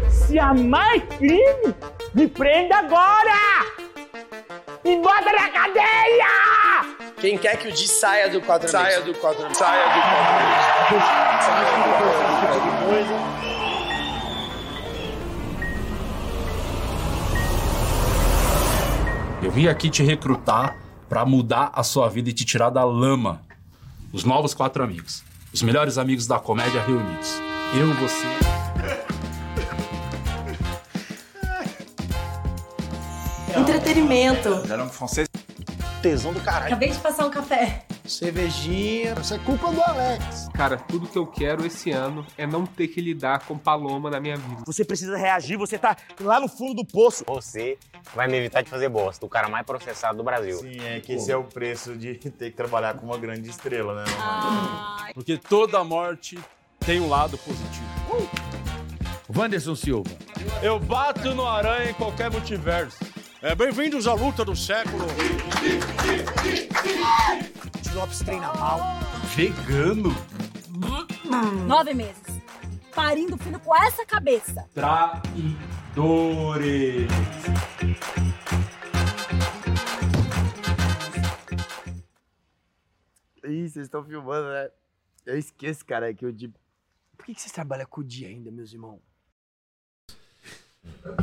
denunciar mais é crime, me prenda agora! Me bota na cadeia! Quem quer que o Di saia do quadro Saia do quadro. Saia do quadro. Eu vim aqui te recrutar pra mudar a sua vida e te tirar da lama. Os novos quatro amigos. Os melhores amigos da comédia reunidos. Eu, você. Entretenimento. Tesão do caralho. Acabei de passar um café. Cervejinha. Isso é culpa do Alex. Cara, tudo que eu quero esse ano é não ter que lidar com Paloma na minha vida. Você precisa reagir, você tá lá no fundo do poço. Você vai me evitar de fazer bosta, o cara mais processado do Brasil. Sim, é que esse é o preço de ter que trabalhar com uma grande estrela, né? Porque toda morte tem um lado positivo. Uh! Wanderson Silva. Eu bato no aranha em qualquer multiverso. É, bem-vindos à luta do século. Lopes treina mal. Vegano? Nove meses. Parindo filho com essa cabeça. Traidores. Ih, vocês estão filmando, né? Eu esqueço, cara, que o de. Por que, que vocês trabalham com o Di ainda, meus irmãos?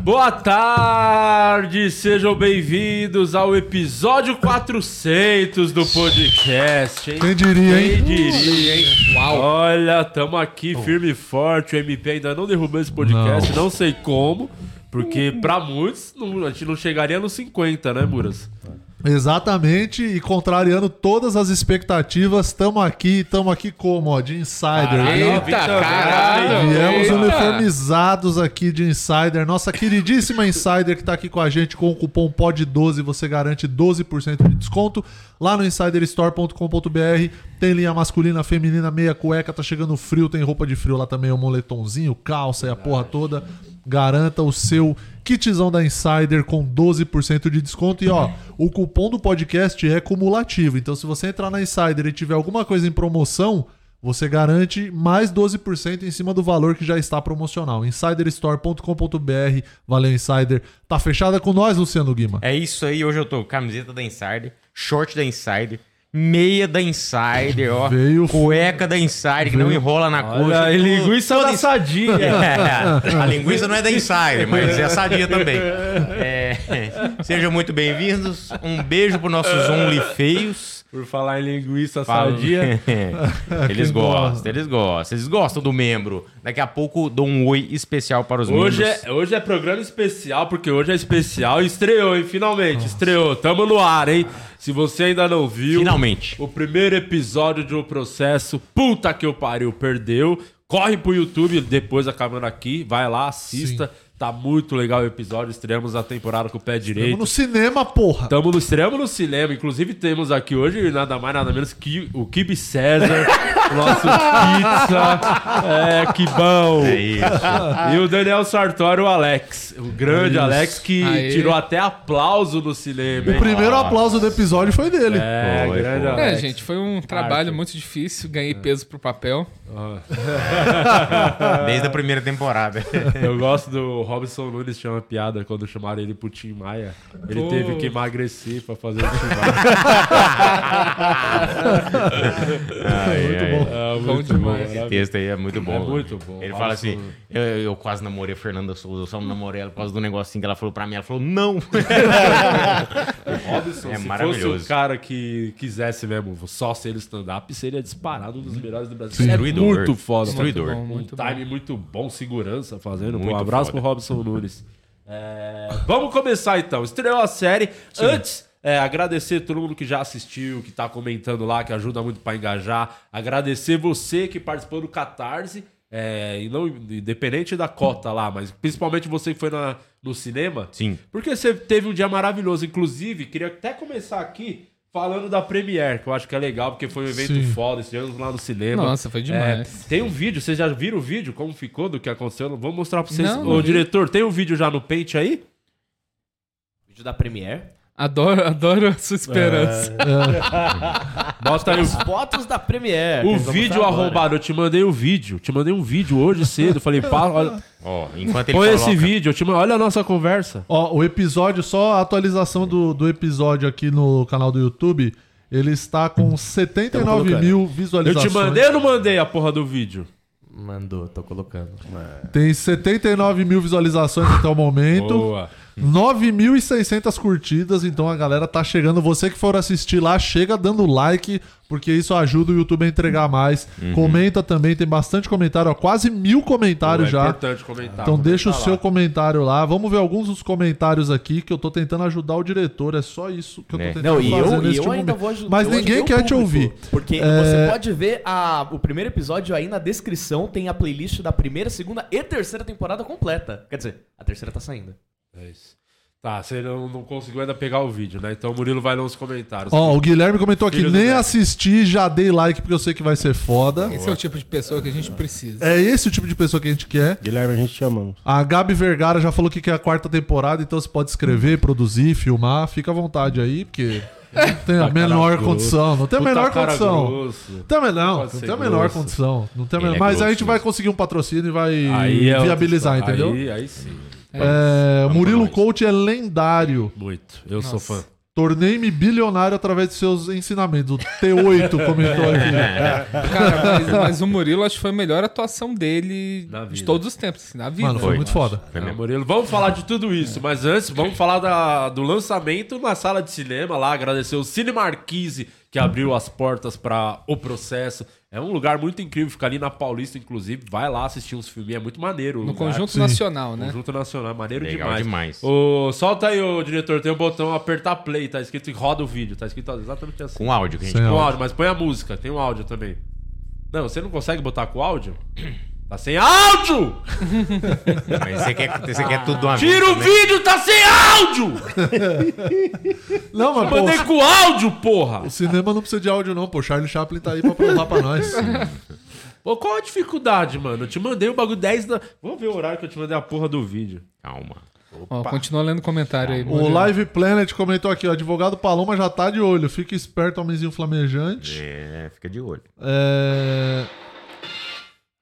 Boa tarde, sejam bem-vindos ao episódio 400 do podcast, hein? Quem diria, hein? Quem diria, hein? Olha, tamo aqui firme e forte. O MP ainda não derrubou esse podcast, não, sei como. Porque pra muitos não- a gente não chegaria nos 50, né, Muras? Exatamente, e contrariando todas as expectativas, tamo aqui, tamo aqui como, ó, de insider. viu? caralho! Viemos eita. uniformizados aqui de Insider. Nossa queridíssima Insider que tá aqui com a gente com o cupom POD12. Você garante 12% de desconto lá no insiderstore.com.br. Tem linha masculina, feminina, meia cueca. Tá chegando frio, tem roupa de frio lá também. O moletomzinho, calça e a porra toda. Garanta o seu kitzão da Insider com 12% de desconto. E ó, o cupom do podcast é cumulativo. Então se você entrar na Insider e tiver alguma coisa em promoção... Você garante mais 12% em cima do valor que já está promocional. Insiderstore.com.br. Valeu, Insider. Tá fechada com nós, Luciano Guima. É isso aí, hoje eu tô com camiseta da Insider, short da Insider, meia da Insider, ó, Veio- cueca da Insider, que não enrola na coxa. Olha, e linguiça da sadia. É, a linguiça não é da Insider, mas é sadia também. É, sejam muito bem-vindos. Um beijo pros nossos Only Feios. Por falar em linguiça Fala- sadia. eles Que boa. gostam, eles gostam. Eles gostam do membro. Daqui a pouco dou um oi especial para os Hoje membros. é, hoje é programa especial, porque hoje é especial. Estreou, hein? Finalmente, estreou. Tamo no ar, hein? Se você ainda não viu. Finalmente. O primeiro episódio de um processo, puta que eu pariu, perdeu. Corre pro YouTube depois acabando aqui, vai lá, assista. Tá muito legal o episódio. Estreamos a temporada com o pé Tamo direito. no cinema, porra. Tamo no extremo no cinema. Inclusive, temos aqui hoje nada mais, nada menos que o Kib César, o nosso pizza. É, que bom. É isso. E o Daniel Sartori, o Alex. O grande Alex que Aê. tirou até aplauso no cinema. O hein? primeiro aplauso do episódio foi dele. É, Foi, grande foi. É, Alex. gente, foi um trabalho muito difícil, ganhei peso pro papel. Desde a primeira temporada. Eu gosto do Robson Nunes, tinha uma piada quando chamaram ele pro Tim Maia. Ele Pô. teve que emagrecer pra fazer o Tim Maia. Ai, ai. É, Bom demais. Esse texto aí é muito bom. É né? muito bom. Ele fala assim: Absurdo. eu, eu quase namorei a Fernanda Souza, eu só não namorei ela por causa do negocinho que ela falou pra mim. Ela falou, não. Robson, É se maravilhoso. fosse o cara que quisesse mesmo só ser stand-up, seria disparado um dos melhores do Brasil. Destruidor. É muito foda. Destruidor. Um Muito bom. time muito bom, segurança fazendo. Muito um abraço foda. pro Robson Nunes. É, vamos começar então. Estreou a série. Antes, é, agradecer todo mundo que já assistiu, que tá comentando lá, que ajuda muito pra engajar. Agradecer você que participou do Catarse. É, e não, independente da cota lá, mas principalmente você que foi na- no cinema. Sim. Porque você teve um dia maravilhoso. Inclusive, queria até começar aqui falando da Premiere, que eu acho que é legal, porque foi um evento Sim. foda. Estivemos lá no cinema. Nossa, foi demais. É, tem um vídeo, vocês já viram o vídeo? Como ficou do que aconteceu? Não Vou mostrar pra vocês. Não, Ô, não vi. diretor, tem um vídeo já no Paint aí? Vídeo da Premiere. Adoro, adoro a sua esperança. É, Bota aí As o- fotos da É, Premiere. O vídeo arrombado, eu te mandei o vídeo. Te mandei um vídeo hoje cedo. Falei, pá, olha. Ó, enquanto ele Põe esse coloca. vídeo, eu te mando- olha a nossa conversa. Ó, o episódio, só a atualização do, do episódio aqui no canal do YouTube, ele está com 79 mil visualizações. Eu te mandei ou não mandei a porra do vídeo? Mandou, tô colocando. Tem 79 mil visualizações até o momento. Boa. 9.600 curtidas, então a galera tá chegando. Você que for assistir lá, chega dando like, porque isso ajuda o YouTube a entregar mais. Uhum. Comenta também, tem bastante comentário, ó, quase mil comentários É já. importante comentar, Então comentar deixa o lá. seu comentário lá. Vamos ver alguns dos comentários aqui que eu tô tentando ajudar o diretor. É só isso que eu tô É. tentando Não, e fazer eu, e neste eu ainda momento. vou ajudar. Mas eu ninguém ajudei o quer te público, ouvir. Porque É, você pode ver a- o primeiro episódio aí na descrição, tem a playlist da primeira, segunda e terceira temporada completa. Quer dizer, a terceira tá saindo. É isso. Tá, você não, não conseguiu ainda pegar o vídeo, né? Então o Murilo vai ler os comentários. Ó, o Guilherme comentou aqui, Filho do nem Beto. assisti, já dei like porque eu sei que vai ser foda. Esse é o tipo de pessoa que a gente precisa. É esse o tipo de pessoa que a gente quer. Guilherme, a gente te amamos. A Gabi Vergara já falou que quer a quarta temporada, então você pode escrever, produzir, filmar. Fica à vontade aí, porque não tem a Puta cara menor grosso. condição. Não tem a Puta menor cara condição. grosso. Não tem a menor- não, Pode não ser tem a menor grosso. condição. Não tem a Ele menor- é mas a grosso gente vai conseguir um patrocínio e vai Aí é outra viabilizar, história. entendeu? Aí- aí sim. É, Murilo Coach é lendário. Muito. Eu sou fã. Tornei-me bilionário através de seus ensinamentos. O T8 comentou aqui. É. Cara, mas, mas o Murilo acho que foi a melhor atuação dele de todos os tempos, assim, na vida. Mano, foi Foi. muito foda. Foi mesmo. Murilo, vamos falar de tudo isso, mas antes vamos falar da- do lançamento na sala de cinema lá, agradecer o Cine Marquise que abriu as portas para o processo. É um lugar muito incrível, fica ali na Paulista, inclusive. Vai lá assistir uns filmes, é muito maneiro. o No lugar. Conjunto Sim. Nacional, né? Conjunto Nacional, é maneiro Legal demais. demais. Ô, solta aí, ô, diretor, tem um botão apertar play, tá escrito roda o vídeo, tá escrito exatamente assim. Com áudio que a gente Com pode. áudio, mas põe a música, tem um áudio também. Não, você não consegue botar com áudio? Tá sem áudio! Mas você quer- você quer tudo de uma vez um Tira o também? vídeo, tá sem áudio! Não, mas Eu mandei com áudio, porra! O cinema não precisa de áudio, não, pô. Charlie Chaplin tá aí pra provar pra nós. Pô, qual a dificuldade, mano? Eu te mandei o bagulho 10 da. Vamos ver o horário que eu te mandei a porra do vídeo. Calma. Ó, continua lendo comentário aí. O Murilo. Live Planet comentou aqui, ó. Advogado Paloma já tá de olho. Fica esperto, homenzinho flamejante. É, fica de olho. É...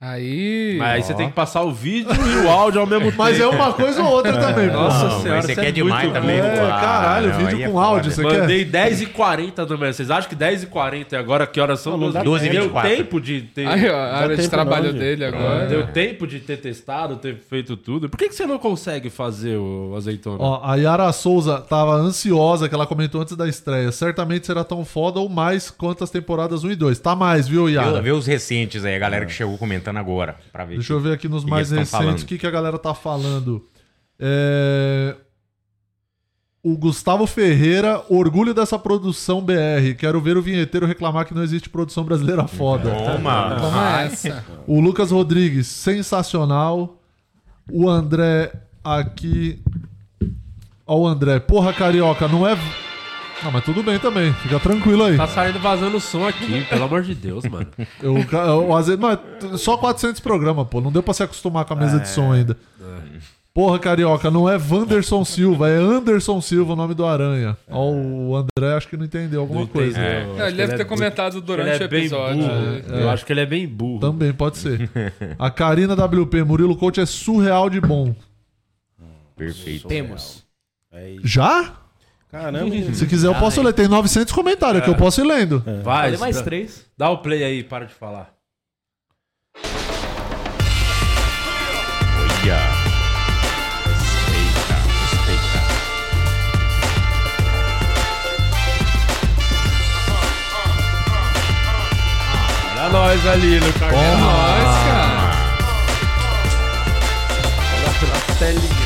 Aí. Mas aí você tem que passar o vídeo e o áudio ao mesmo tempo. Mas é uma coisa ou outra também, pô. Nossa Não, senhora, mas você isso quer demais muito também, pô. bom. É, caralho, Ah, não, vídeo aí é com áudio, foda. você quer? Mandei 10 e 40 da manhã. Vocês acham que 10 e 40 e agora que horas são? Não, não dá tempo. Deu 24. tempo de ter... Aí, ó, a Não dá área de tempo trabalho não, gente. dele agora. Deu tempo de ter testado, ter feito tudo. Por que, que você não consegue fazer o azeitona? Ó, a Yara Souza tava ansiosa, que ela comentou antes da estreia. Certamente será tão foda ou mais quanto as temporadas 1 e 2. Tá mais, viu, Vê, Yara? vê os recentes aí, a galera que chegou comentando agora. Pra ver Deixa eu ver aqui nos que mais eles tão recentes o falando. que, que a galera tá falando. É... O Gustavo Ferreira, orgulho dessa produção BR. Quero ver o vinheteiro reclamar que não existe produção brasileira foda. Toma. Toma essa. O Lucas Rodrigues, sensacional. O André aqui. Ó, o André. Porra, carioca, não é. Ah, mas tudo bem também. Fica tranquilo aí. Tá saindo vazando o som aqui, pelo amor de Deus, mano. Eu, eu, às vezes, não, é t- só 400 programa, pô. Não deu pra se acostumar com a mesa de som ainda. Porra, carioca, não é Wanderson Silva, é Anderson Silva o nome do Aranha. Ó, o André acho que não entendeu alguma Não coisa. entendeu. É. Não, Acho ele que deve ele ter é- comentado durante ele é o bem episódio. burro. É. Eu acho que ele é bem burro. Também pode ser. A Karina WP, Murilo Coach é surreal de bom. Perfeito. Temos. Já? Caramba. Se quiser, eu posso ler. Tem 900 comentários aqui, eu posso ir lendo. Vai, Falei mais dá- três. Dá o play aí, para de falar. Olha. Respeita, respeita. Olha nós ali, no Carmelo. É Olha nós, cara. Olha pela tá telinha.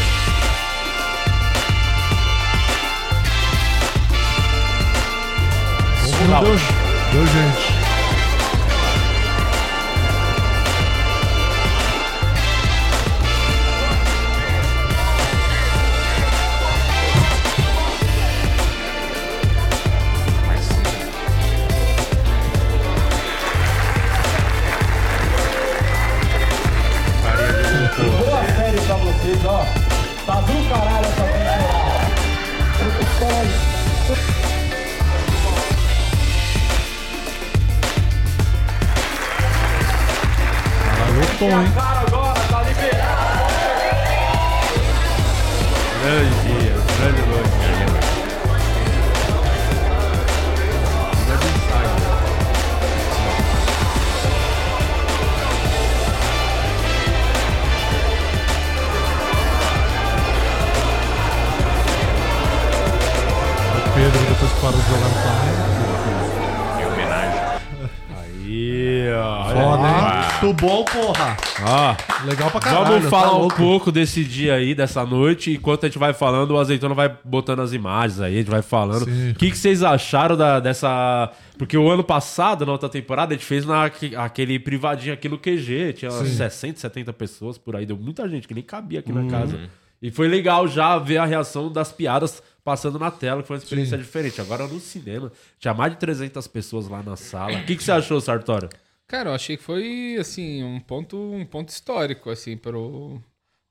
Não deu, deu gente. Boa série pra vocês, ó. Tá do caralho essa temporada. bom, hein? tá Grande dia, grande noite. é né? Pedro, depois que parou de jogar no Flamengo. Em homenagem. Aí, ó. Foda, hein? olha. Muito bom, porra. Ó, Legal pra caralho, Ah, Vamos tá falar um louco. pouco desse dia aí, dessa noite. Enquanto a gente vai falando, o Azeitona vai botando as imagens aí, a gente vai falando. O que, que vocês acharam da- dessa. Porque o ano passado, na outra temporada, a gente fez na, aquele privadinho aqui no QG. Tinha umas Sim. 60, 70 pessoas por aí. Deu muita gente que nem cabia aqui Uhum. na casa. E foi legal já ver a reação das piadas passando na tela, que foi uma experiência Sim. diferente. Agora no cinema, tinha mais de 300 pessoas lá na sala. O que, que você achou, Sartório? Cara, eu achei que foi, assim, um ponto, um ponto histórico, assim, pro,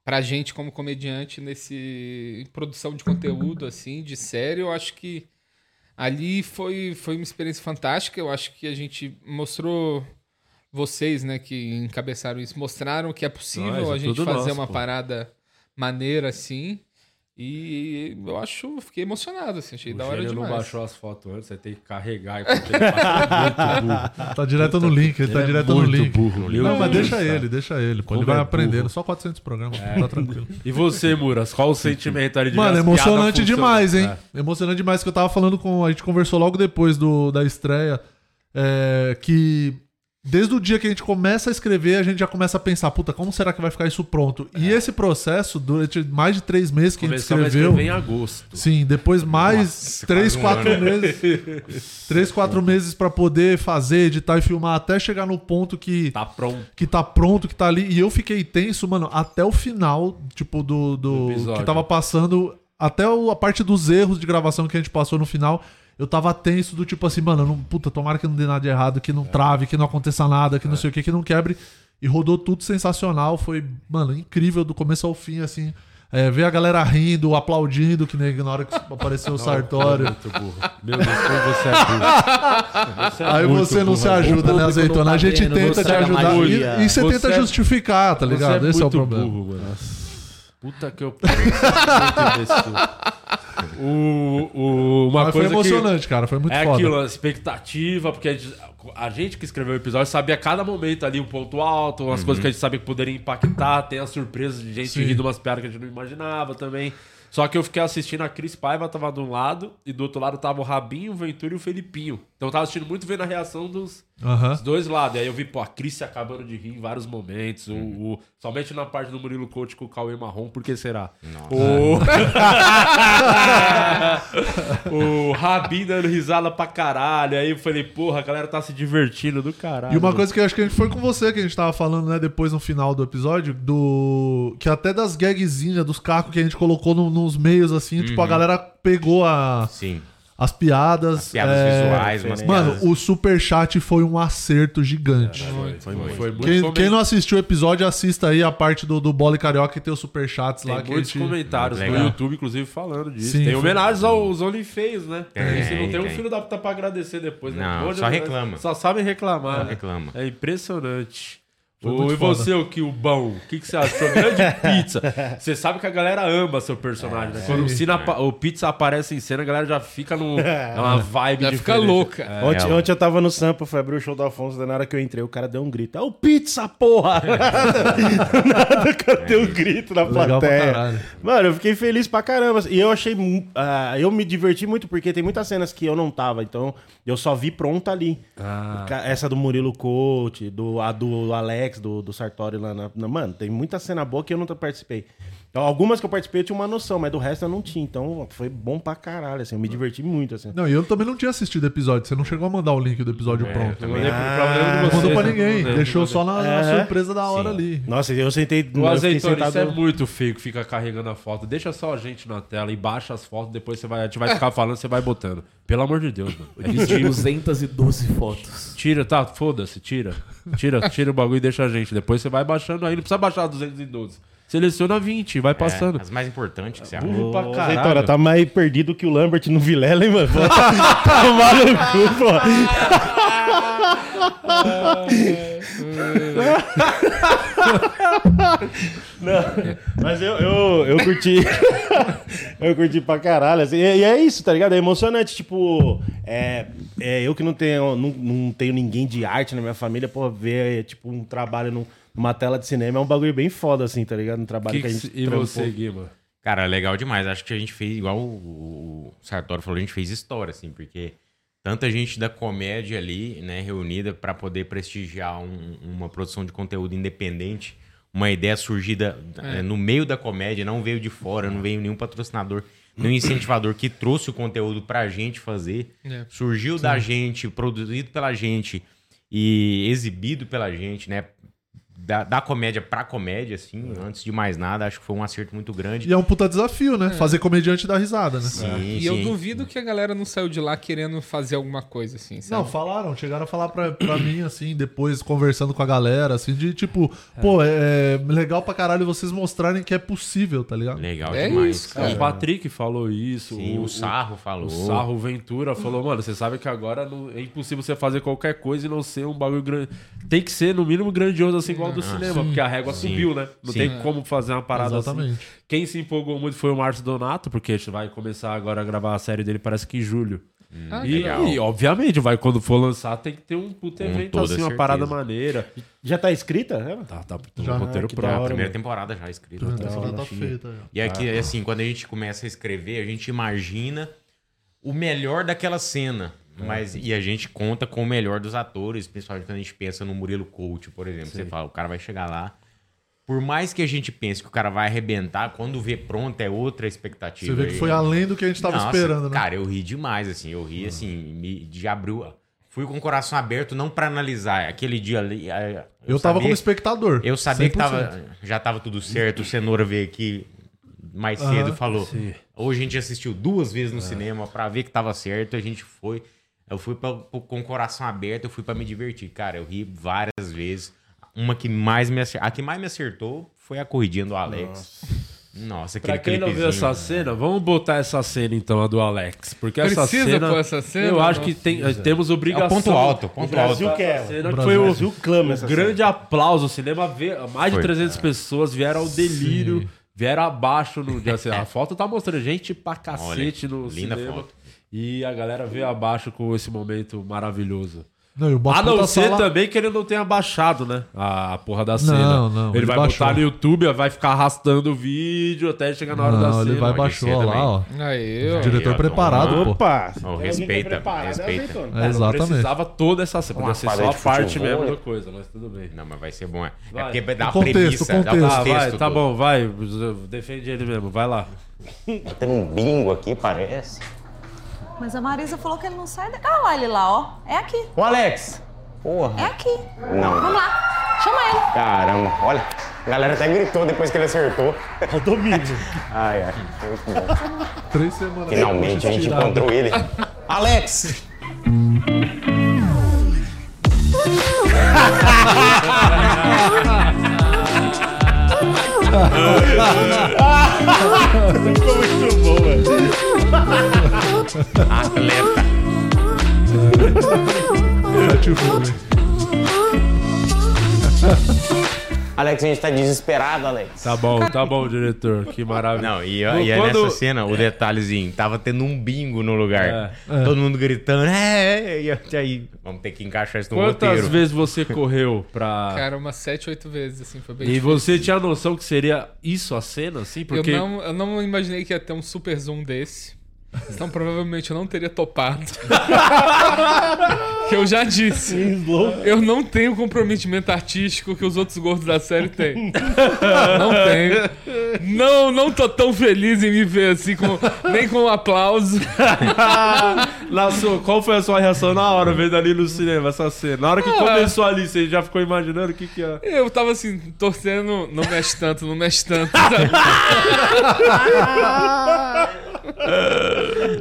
pra gente como comediante nesse em produção de conteúdo, assim, de série. Eu acho que ali foi, foi uma experiência fantástica. Eu acho que a gente mostrou, vocês, né, que encabeçaram isso, mostraram que é possível Nós, é a gente tudo fazer nosso, uma pô. parada maneira, assim. E eu acho, fiquei emocionado, assim, achei O da hora gênio demais. não baixou as fotos antes, você tem que carregar. enquanto ele passa. Muito burro. Tá direto no link, ele tá é direto no muito link. burro, meu Não, mas Deus, deixa cara. ele, deixa ele. pô. Como Ele vai é aprendendo. burro. Só 400 programas, É. tá tranquilo. E você, Muras, qual o sentimento ali de Mano, ver as emocionante piadas É, demais, hein? funcionando? Emocionante demais que eu tava falando com. A gente conversou logo depois do, da estreia. é, que desde o dia que a gente começa a escrever, a gente já começa a pensar, puta, como será que vai ficar isso pronto? E esse processo, durante mais de três meses que É. Começamos a a gente escreveu. escrever em agosto. Sim, depois mais três, quase um quatro ano, né? meses. três, quatro meses pra poder fazer, editar e filmar, até chegar no ponto que. Tá pronto. Que tá pronto, que tá ali. E eu fiquei tenso, mano, até o final, tipo, do. do episódio. que tava passando. Até o- a parte dos erros de gravação que a gente passou no final. Eu tava tenso do tipo assim, mano, não, puta, tomara que não dê nada de errado, que não É. trave, que não aconteça nada, que não sei o que, que não quebre. E rodou tudo sensacional. Foi, mano, incrível do começo ao fim, assim. É, ver a galera rindo, aplaudindo, que nem na hora que apareceu o Não, Sartório. é muito burro. Meu Deus, como você é burro. Você é Aí muito você não burro, se né? O ajuda, né, público não Azeitona? tá A gente vendo, tenta você te é ajudar. magia. E, e você tenta é- justificar, tá você ligado? Esse é o muito problema. burro, mano. Puta que eu pariu, você é muito imbecil. o, o, uma Mas foi coisa que- emocionante, cara, foi muito é foda. aquilo, a expectativa, porque a gente, a gente que escreveu o episódio sabia a cada momento ali um ponto alto, umas coisas que a gente sabia que poderiam impactar, tem a surpresa de gente Sim. rindo umas piadas que a gente não imaginava também. Só que eu fiquei assistindo a Cris Paiva, tava de um lado, e do outro lado tava o Rabinho, o Ventura e o Felipinho. Então eu tava assistindo muito vendo a reação dos, Aham. dos dois lados. E aí eu vi, pô, a Cris se acabando de rir em vários momentos. o- O, somente na parte do Murilo Couto com o Cauê Marrom, por que será? O... o Rabin dando risada pra caralho. Aí eu falei, porra, a galera tá se divertindo do caralho. E uma coisa que eu acho que a gente foi com você que a gente tava falando, né, depois no final do episódio, do. Que até das gagzinhas, dos cacos que a gente colocou no- nos meios, assim, tipo, a Uhum. galera pegou a. Sim. As piadas. é, As piadas visuais, umas Mano, piadas- o superchat foi um acerto gigante. É, Foi, foi muito. Foi muito Quem, comen- quem não assistiu o episódio, assista aí a parte do, do Bola e Carioca e tem os superchats Tem lá. que a muitos gente- comentários no Legal. YouTube, inclusive, falando disso. Sim, tem foi- homenagens aos OnlyFans, né? Tem, Se não tem, um tem. filho da puta pra agradecer depois, né? Não, Um monte de só homenagem. reclama. Só sabem reclamar. Só né? reclama. É impressionante. Foi Ô, muito e foda. você, o que o bom? O que, que você achou? Grande pizza. Você sabe que a galera ama seu personagem, né? É, Quando o, sim. Sina apa- o pizza aparece em cena, a galera já fica num, numa vibe Já diferente. fica louca. É. ontem, ontem eu tava no Sampa, foi abrir o show do Afonso, daí na hora que eu entrei, o cara deu um grito. É o pizza, porra! Do nada, o cara deu um grito na É. Legal pra plateia. caralho. Mano, eu fiquei feliz pra caramba. E eu achei. mu- ah, eu me diverti muito, porque tem muitas cenas que eu não tava, então eu só vi pronta ali. Ah. Ca- Essa do Murilo Coach, do, a do Alex, do, do Sartori lá na, na- Mano, tem muita cena boa que eu não participei. Então, algumas que eu participei eu tinha uma noção, mas do resto eu não tinha. Então foi bom pra caralho, assim. Eu me diverti muito, assim. Não, e eu também não tinha assistido o episódio. Você não chegou a mandar o link do É, episódio pronto. eu mandei pro- pra- eu lembro de Não mandou você, pra né? ninguém. Mandei, Deixou mandei. só na, na É. surpresa da hora Sim. ali. Nossa, eu sentei. O eu fiquei azeitona, isso é sentado- muito feio que fica carregando a foto. Deixa só a gente na tela e baixa as fotos, depois você vai, a gente vai ficar falando, você vai botando. Pelo amor de Deus, mano. É ridículo. 212 fotos. Tira, tá? Foda-se, tira. Tira, tira o bagulho e deixa a gente. Depois você vai baixando aí, não precisa baixar 212. Seleciona 20, vai passando. É, as mais importantes que você acha. Burro pra Ô, Zeitora, caralho. tá mais perdido que o Lambert no Vilela, hein, mano? Tá mal no cu, pô. Não, mas eu, eu, eu curti. eu curti pra caralho. assim. E, e é isso, tá ligado? É emocionante. Tipo, é, é eu que não tenho, não, não tenho ninguém de arte na minha família, pô, ver tipo, um trabalho num- numa tela de cinema é um bagulho bem foda, assim, tá ligado? Um trabalho que, a gente. trampou. Guima? Cara, legal demais. Acho que a gente fez, igual o, o Sartório falou, a gente fez história, assim, porque tanta gente da comédia ali, né, reunida para poder prestigiar um- uma produção de conteúdo independente, uma ideia surgida É. eh, no meio da comédia, não veio de fora, não veio nenhum patrocinador, nenhum incentivador que trouxe o conteúdo pra gente fazer. É. Surgiu da gente, produzido pela gente e exibido pela gente, né? Da, da comédia pra comédia, assim, É. antes de mais nada, acho que foi um acerto muito grande. E é um puta desafio, né? É. Fazer comediante dar risada, né? É. Sim, E eu duvido que a galera não saiu de lá querendo fazer alguma coisa assim, sabe? Não, falaram, chegaram a falar pra, pra mim, assim, depois conversando com a galera, assim, de tipo, pô, é, é legal pra caralho vocês mostrarem que é possível, tá ligado? Legal É isso, cara. O Patrick falou isso. Sim, o Sarro falou. O Sarro Ventura falou, mano, você sabe que agora não- é impossível você fazer qualquer coisa e não ser um bagulho grande. Tem que ser, no mínimo, grandioso assim, igual do Ah, cinema, sim. porque a régua Sim. subiu, né? Não Sim. tem como fazer uma parada assim. Exatamente. Quem se empolgou muito foi o Márcio Donato, porque a gente vai começar agora a gravar a série dele, parece que em julho. Hum, Ah, e, legal. e, obviamente, vai quando for lançar, tem que ter um puta Com evento toda assim, uma certeza. parada maneira. Já tá escrita? É, ela? Tá, tá. né, Já, um é, roteiro que da próprio. hora, primeira temporada já escrita. Já tá- já tá certinho. é. feita, já. E aqui, Ah. Tá. assim, quando a gente começa a escrever, a gente imagina o melhor daquela cena. É. Mas, e a gente conta com o melhor dos atores, principalmente quando a gente pensa no Murilo Couto, por exemplo. Você Sim. fala, o cara vai chegar lá. Por mais que a gente pense que o cara vai arrebentar, quando vê pronto é outra expectativa. Você vê que E- foi além do que a gente tava Nossa, esperando, né? Hum. Cara, eu ri demais, assim. Eu ri, assim, me, de abriu. Fui com o coração aberto, não pra analisar. Aquele dia ali. é, a- Eu, tava como espectador. eu sabia que 100%. tava, já tava tudo certo. O Cenoura veio aqui mais Aham, cedo e falou. sim. Hoje a gente assistiu duas vezes no cinema pra ver que tava certo. A gente foi. Eu fui pra- pro- com o coração aberto, eu fui pra me divertir. Cara, eu ri várias vezes. Uma que mais me acertou. A que mais me acertou foi a corridinha do Alex. Nossa, aquele Pra quem não viu clipezinho. essa cena, vamos botar essa cena então, a do Alex. Porque essa Precisa cena. pôr essa cena, Eu acho não? que tem- eh, Precisa. temos É o obrigação. ponto alto, ponto de botar alto. essa Que é, cena, o que foi o, Brasil clama essa grande aplauso. O cinema vê mais Foi, de Ah. 300 pessoas, vieram ao delírio, vieram abaixo no dia. assim, a foto tá mostrando gente pra cacete no linda cinema. foto. E a galera veio abaixo com esse momento maravilhoso. Não, e o Bob a não Puta ser Sala- também que ele não tenha baixado, né? A porra da Não, cena. não, Ele, ele vai baixou. botar no YouTube, vai ficar arrastando o vídeo até chegar na hora Não, da cena. ele vai baixou lá, ó. Aí, ó. Diretor preparado, pô. Opa! Ó, respeita, né, respeita. É, exatamente. Não precisava toda essa cena, podia Uma ser só parede a de parte futebol, mesmo né? da coisa, mas tudo bem. Não, mas vai ser bom. É, Vai. é porque dá O a contexto, premissa, o dá o Ah, vai, contexto. tá todo. bom, vai. Defende ele mesmo, vai lá. Tem um bingo aqui, parece. Mas a Marisa falou que ele não sai daqui. Ah lá, ele lá, ó. É aqui. O Alex! Porra! É aqui. Não. Vamos lá. Chama ele. Caramba, olha, a galera até gritou depois que ele acertou. O domínio. Ai, ai, muito bom. Três semanas. Finalmente a gente encontrou ele. Alex! Ficou muito bom, velho. Ah, Atleta. Alex, a gente tá desesperado, Alex. Tá bom, tá bom, diretor. Que maravilha. Não, E, e aí nessa cena, o detalhezinho, tava tendo um bingo no lugar. É. Todo mundo gritando, é, é, e aí, vamos ter que encaixar isso no Quantas roteiro. vezes você correu pra. Cara, umas 7, 8 vezes, assim, foi bem Ah. e difícil. você tinha noção que seria isso a cena, assim? Porque. Eu, não, eu não imaginei que ia ter um super zoom desse. Então provavelmente eu não teria topado. que eu já disse. Eu não tenho o comprometimento artístico que os outros gordos da série têm. Não tenho. Não, não tô tão feliz em me ver assim, com, nem com um aplauso. Laço, qual foi a sua reação na hora vendo ali no cinema essa cena? Na hora que Ah. começou ali, você já ficou imaginando o que que é? Eu tava assim, Ah. torcendo, não mexe tanto, não mexe tanto. sabe?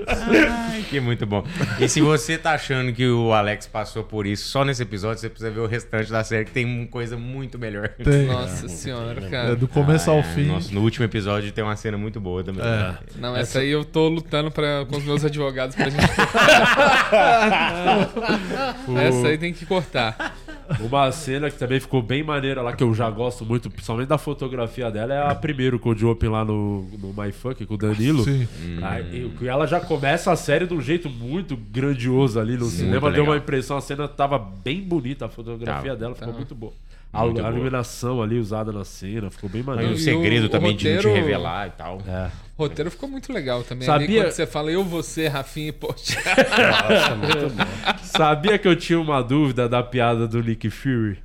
Ai, que muito bom. E se você tá achando que o Alex passou por isso só nesse episódio, você precisa ver o restante da série, que tem uma coisa muito melhor. Tem. Nossa senhora, cara. É, do começo ao é. fim. Nossa, no último episódio tem uma cena muito boa também. É. Não, essa aí eu tô lutando pra, com os meus advogados pra gente. essa aí tem que cortar. Uma cena que também ficou bem maneira lá, que eu já gosto muito, principalmente da fotografia dela, é a primeiro com o Joe lá no, no My Funk, com o Danilo. Hum. Sim. Aí, e ela já começa a série de um jeito muito grandioso ali no Sim, cinema. muito Deu uma legal. impressão, a cena tava bem bonita, a fotografia Tava, dela ficou tava. muito boa. A, Muito a boa. iluminação ali usada na cena, ficou bem maneiro. E o segredo também de não te roteiro- revelar e tal. É. O roteiro ficou muito legal também. Sabia- Ali, quando você fala eu, você, Rafinha e Poxa. Sabia que eu tinha uma dúvida da piada do Nick Fury?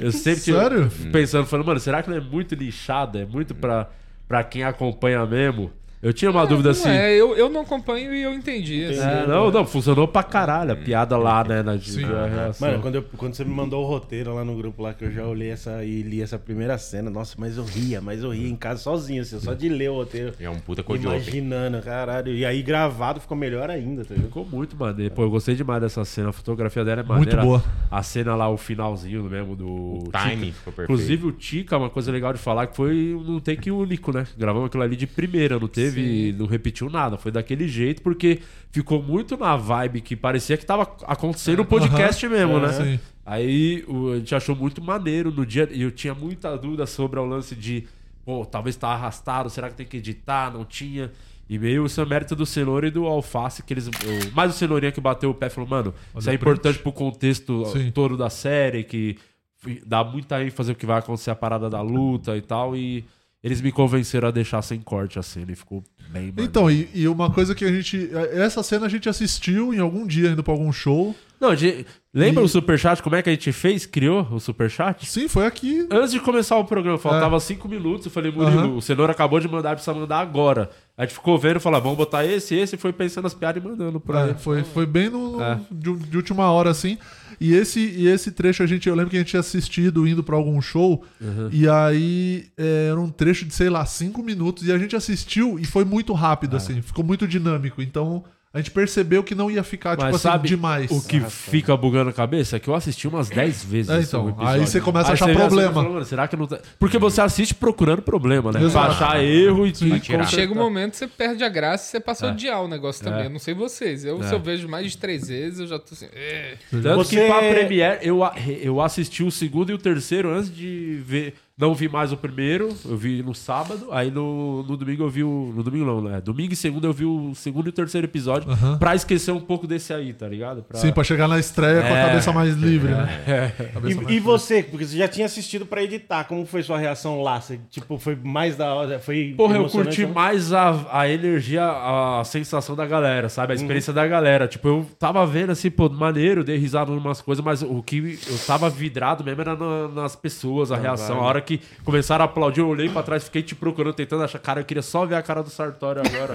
Eu sempre tive Sério? pensando, falando, mano, será que não é muito lixada? É muito pra, pra quem acompanha mesmo? Eu tinha uma dúvida assim. Não é, eu, eu não acompanho e eu entendi. É, assim. não, não, funcionou pra caralho a piada lá, né? Na, na relação. é. Mano, quando, eu- quando você me mandou o roteiro lá no grupo lá, que eu já olhei essa e li essa primeira cena, nossa, mas eu ria, mas eu ria em casa sozinho, assim, só de ler o roteiro. É um puta cor de Imaginando, caralho. E aí gravado ficou melhor ainda, tá ligado? Ficou muito maneiro. Pô, eu gostei demais dessa cena. A fotografia dela é maneira. boa. A cena lá, o finalzinho mesmo do. O timing Tica. ficou perfeito. Inclusive, o Tica, uma coisa legal de falar, que foi um take único, né? Gravamos aquilo ali de primeira, não teve. Não repetiu nada. Foi daquele jeito, porque ficou muito na vibe que parecia que tava acontecendo o podcast Aham. mesmo, É, né? sim. Aí o- a gente achou muito maneiro no dia. E eu tinha muita dúvida sobre o lance de, pô, talvez tá arrastado, será que tem que editar? Não tinha. E meio isso é mérito do cenoura e do alface, que eles. o- mais o cenourinha que bateu o pé e falou, mano, isso é a print. importante pro contexto Sim. todo da série, que fi- dá muita ênfase ao que vai acontecer a parada da luta e tal. E eles me convenceram a deixar sem corte a cena e ficou bem maneiro. Então, e, e uma coisa que a gente. Essa cena a gente assistiu em algum dia indo pra algum show. Não, de- lembra o superchat? Como é que a gente fez? Criou o superchat? Sim, foi aqui. Antes de começar o programa, faltava cinco minutos. Eu falei, Murilo, Ah. Aham. o cenoura acabou de mandar, precisa mandar agora. A gente ficou vendo, falava, vamos botar esse, esse. Foi pensando as piadas e mandando pra É, ele. foi, foi bem no, É. de, de última hora, assim. E esse, e esse trecho a gente, eu lembro que a gente tinha assistido indo pra algum show. Uhum. E aí é, era um trecho de, sei lá, cinco minutos. E a gente assistiu e foi muito rápido, É. assim. Ficou muito dinâmico. Então a gente percebeu que não ia ficar, tipo Mas assim, sabe demais. o que fica bugando a cabeça? É que eu assisti umas 10 vezes. É, esse então, episódio. aí você começa a achar você vê a cena e problema. fala, "Mano, será que não tá... Porque você assiste procurando problema, né? Pra Exato. achar erro e e consertar. Chega um momento que você perde a graça e você passa a É. odiar o negócio também. É. Eu não sei vocês. Eu, É. Se eu vejo mais de três vezes, eu já tô assim. "Eh". Tanto Você- que pra Premiere, eu, a- eu assisti o segundo e o terceiro antes de ver. Não vi mais o primeiro, eu vi no sábado. Aí no, no domingo eu vi o. No domingo não, né? Domingo e segunda eu vi o segundo e o terceiro episódio Aham. pra esquecer um pouco desse aí, tá ligado? Sim, pra chegar na estreia com a É. cabeça mais livre, né? É. Cabeça mais E, e você, porque você já tinha assistido pra editar, como foi sua reação lá? Você, tipo, foi mais da hora, foi Porra, eu emocionante, curti né? mais a, a energia, a sensação da galera, sabe? A Uhum. experiência da galera. Tipo, eu tava vendo assim, pô, maneiro, dei risada em umas coisas, mas o que eu tava vidrado mesmo era na- nas pessoas, a Ah, reação. vai. A hora que começaram a aplaudir, eu olhei pra trás, fiquei te procurando, tentando achar. Cara, eu queria só ver a cara do Sartório agora.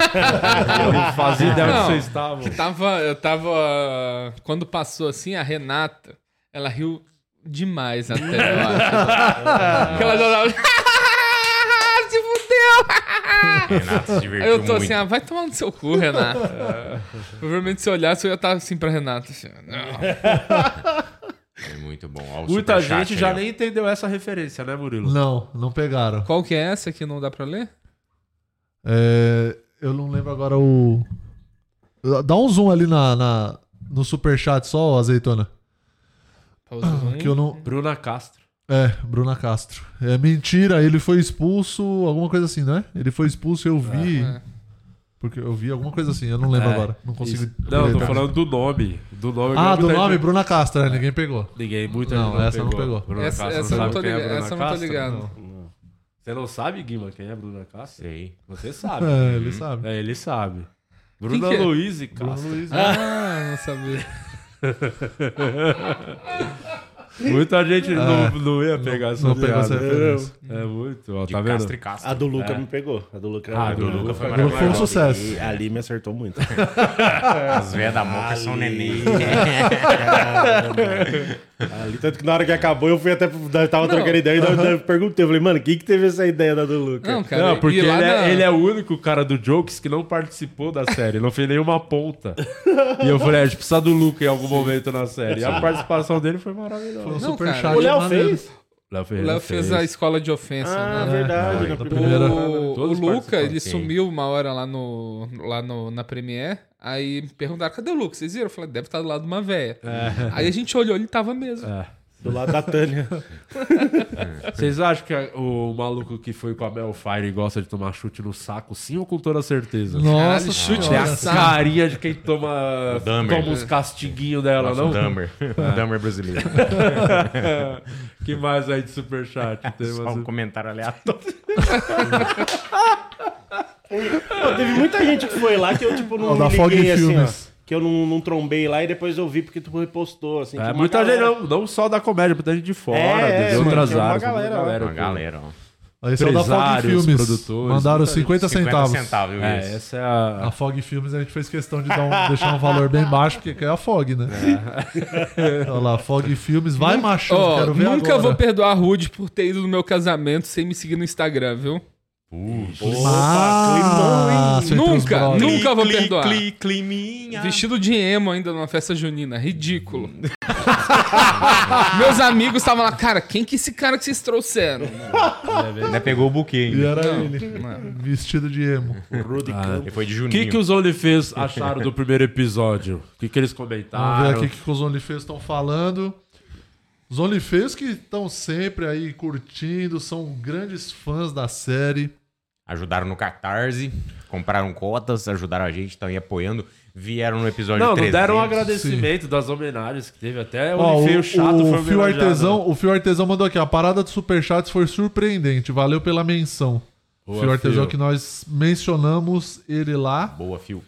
eu não fazia ideia onde Não, vocês estavam. Tava, eu tava. Quando passou assim, a Renata, ela riu demais até. Eu acho. Porque ela já tava. Ah, Se fudeu! Renata se Aí divertiu Eu tô assim, muito. ah, vai tomar no seu cu, Renata. Provavelmente se eu olhasse, eu ia estar assim pra Renata. assim, não. É muito bom. Ó, o Muita superchat gente aí, já ó. nem entendeu essa referência, né, Murilo? Não, não pegaram. Qual que é essa que não dá pra ler? É, eu não lembro agora o. Dá um zoom ali na, na- no superchat só, ô azeitona. Pausa Que eu não. Bruna Castro. É, Bruna Castro. É mentira, ele foi expulso, alguma coisa assim, né? Ele foi expulso, eu É, vi. Porque eu vi alguma coisa assim, eu não lembro É, agora. Não consigo. isso. Não, tô falando do nome. Do nome Ah, que do muita nome, gente- Bruna Castro, né? Ninguém pegou. Ninguém, muita Não, gente essa não pegou. Bruna Essa- Castro, essa eu não não sabe tô quem é liga- Bruna essa eu não tô Castro? ligado. Você não sabe, Guima, quem é Bruna Castro? Sei. Você sabe. É, ele sabe. É, ele sabe. Bruna que é? Luiz e Bruna né? Castro. Luiz. Ah, não sabia. Muita Então gente não, Ah, É. não ia pegar essa Não pegou piada. essa referência. É muito, ó, De tá vendo? Castro e Castro. A do Luca me pegou. A do Luca- Ah, a do Luca foi maravilhosa. Foi um sucesso. E ali me acertou muito. As velhas da Moca são neném. Ali, tanto que na hora que acabou, eu fui até. Eu tava Não. trocando ideia e daí- Aham. daí eu perguntei. Eu falei, mano, quem que teve essa ideia da do Luca? Não, porque ele, é, ele é o único cara do Jokes que não participou da série, não fez nenhuma ponta. E eu falei, "Ah, a gente precisa do Luca em algum momento na série. E a participação dele foi maravilhosa. Foi um Não, superchat cara. O Léo maneiro. fez? Léo O Ferreira Léo fez a escola de ofensa. Ah, né? verdade, É, na o- primeira. O, Todos Luca, participaram. ele Sim. sumiu uma hora lá, no, lá no, na Premiere. Aí me perguntaram, cadê o Luca? Vocês viram? Eu falei, deve estar do lado de uma véia. É. Aí a gente olhou, ele tava mesmo. Do lado da Tânia. É. Vocês acham que a- o maluco que foi com a Mel Fire e gosta de tomar chute no saco, sim ou com toda certeza? Nossa Caralho, chute senhora. é a carinha de quem toma, O Dahmer. toma uns castiguinhos dela, Nossa, não? É. o Dahmer. O Dahmer brasileiro. que mais aí de superchat? Tem Só mais um comentário aleatório. é- Pô, teve muita gente que foi lá que eu, tipo, não Ó, da me Fog liguei assim, ó, Filmes. Que eu não, não trombei lá e depois eu vi porque tu repostou, assim. É, muita gente, não, não só da comédia, muita gente de fora, É, de sim, outras tinha uma áreas. galera, ó. galera, Uma galera, ó. Aí saiu é da Fog Filmes. Mandaram 50 centavos. É, essa é a... A Fog Filmes a gente fez questão de dar um- deixar um valor bem baixo, porque é a Fog, né? É. Olha lá, Fog Filmes. Vai, Nunca- machão, Ó, quero ver Nunca agora. vou perdoar a Rude por ter ido no meu casamento sem me seguir no Instagram, viu? Ah, climão, hein? entre nunca, os brothers. nunca vou Cli, cli, perdoar. cli, Vestido de emo ainda numa festa junina. Ridículo. Meus amigos estavam lá, cara, quem que é esse cara que vocês trouxeram? Ainda pegou o buquê. E era Não, ele, vestido de emo. Rudy é. Ah, Ele foi de O Juninho. que, que os OnlyFans acharam do primeiro episódio? O que, que eles comentaram? Vamos ver aqui o que que os OnlyFans estão falando. Os OnlyFans que estão sempre aí curtindo, são grandes fãs da série. Ajudaram no Catarse, compraram cotas, ajudaram a gente, estão aí apoiando. Vieram no episódio Não, não 300. deram um agradecimento das homenagens que teve. Até Ó, É o feio chato o, foi Fio homenageado. né? Artesão, o Fio Artesão mandou aqui, a parada dos superchats foi surpreendente, valeu pela menção. Boa, Fio Artesão Fio. que nós mencionamos ele lá. Boa, Fio.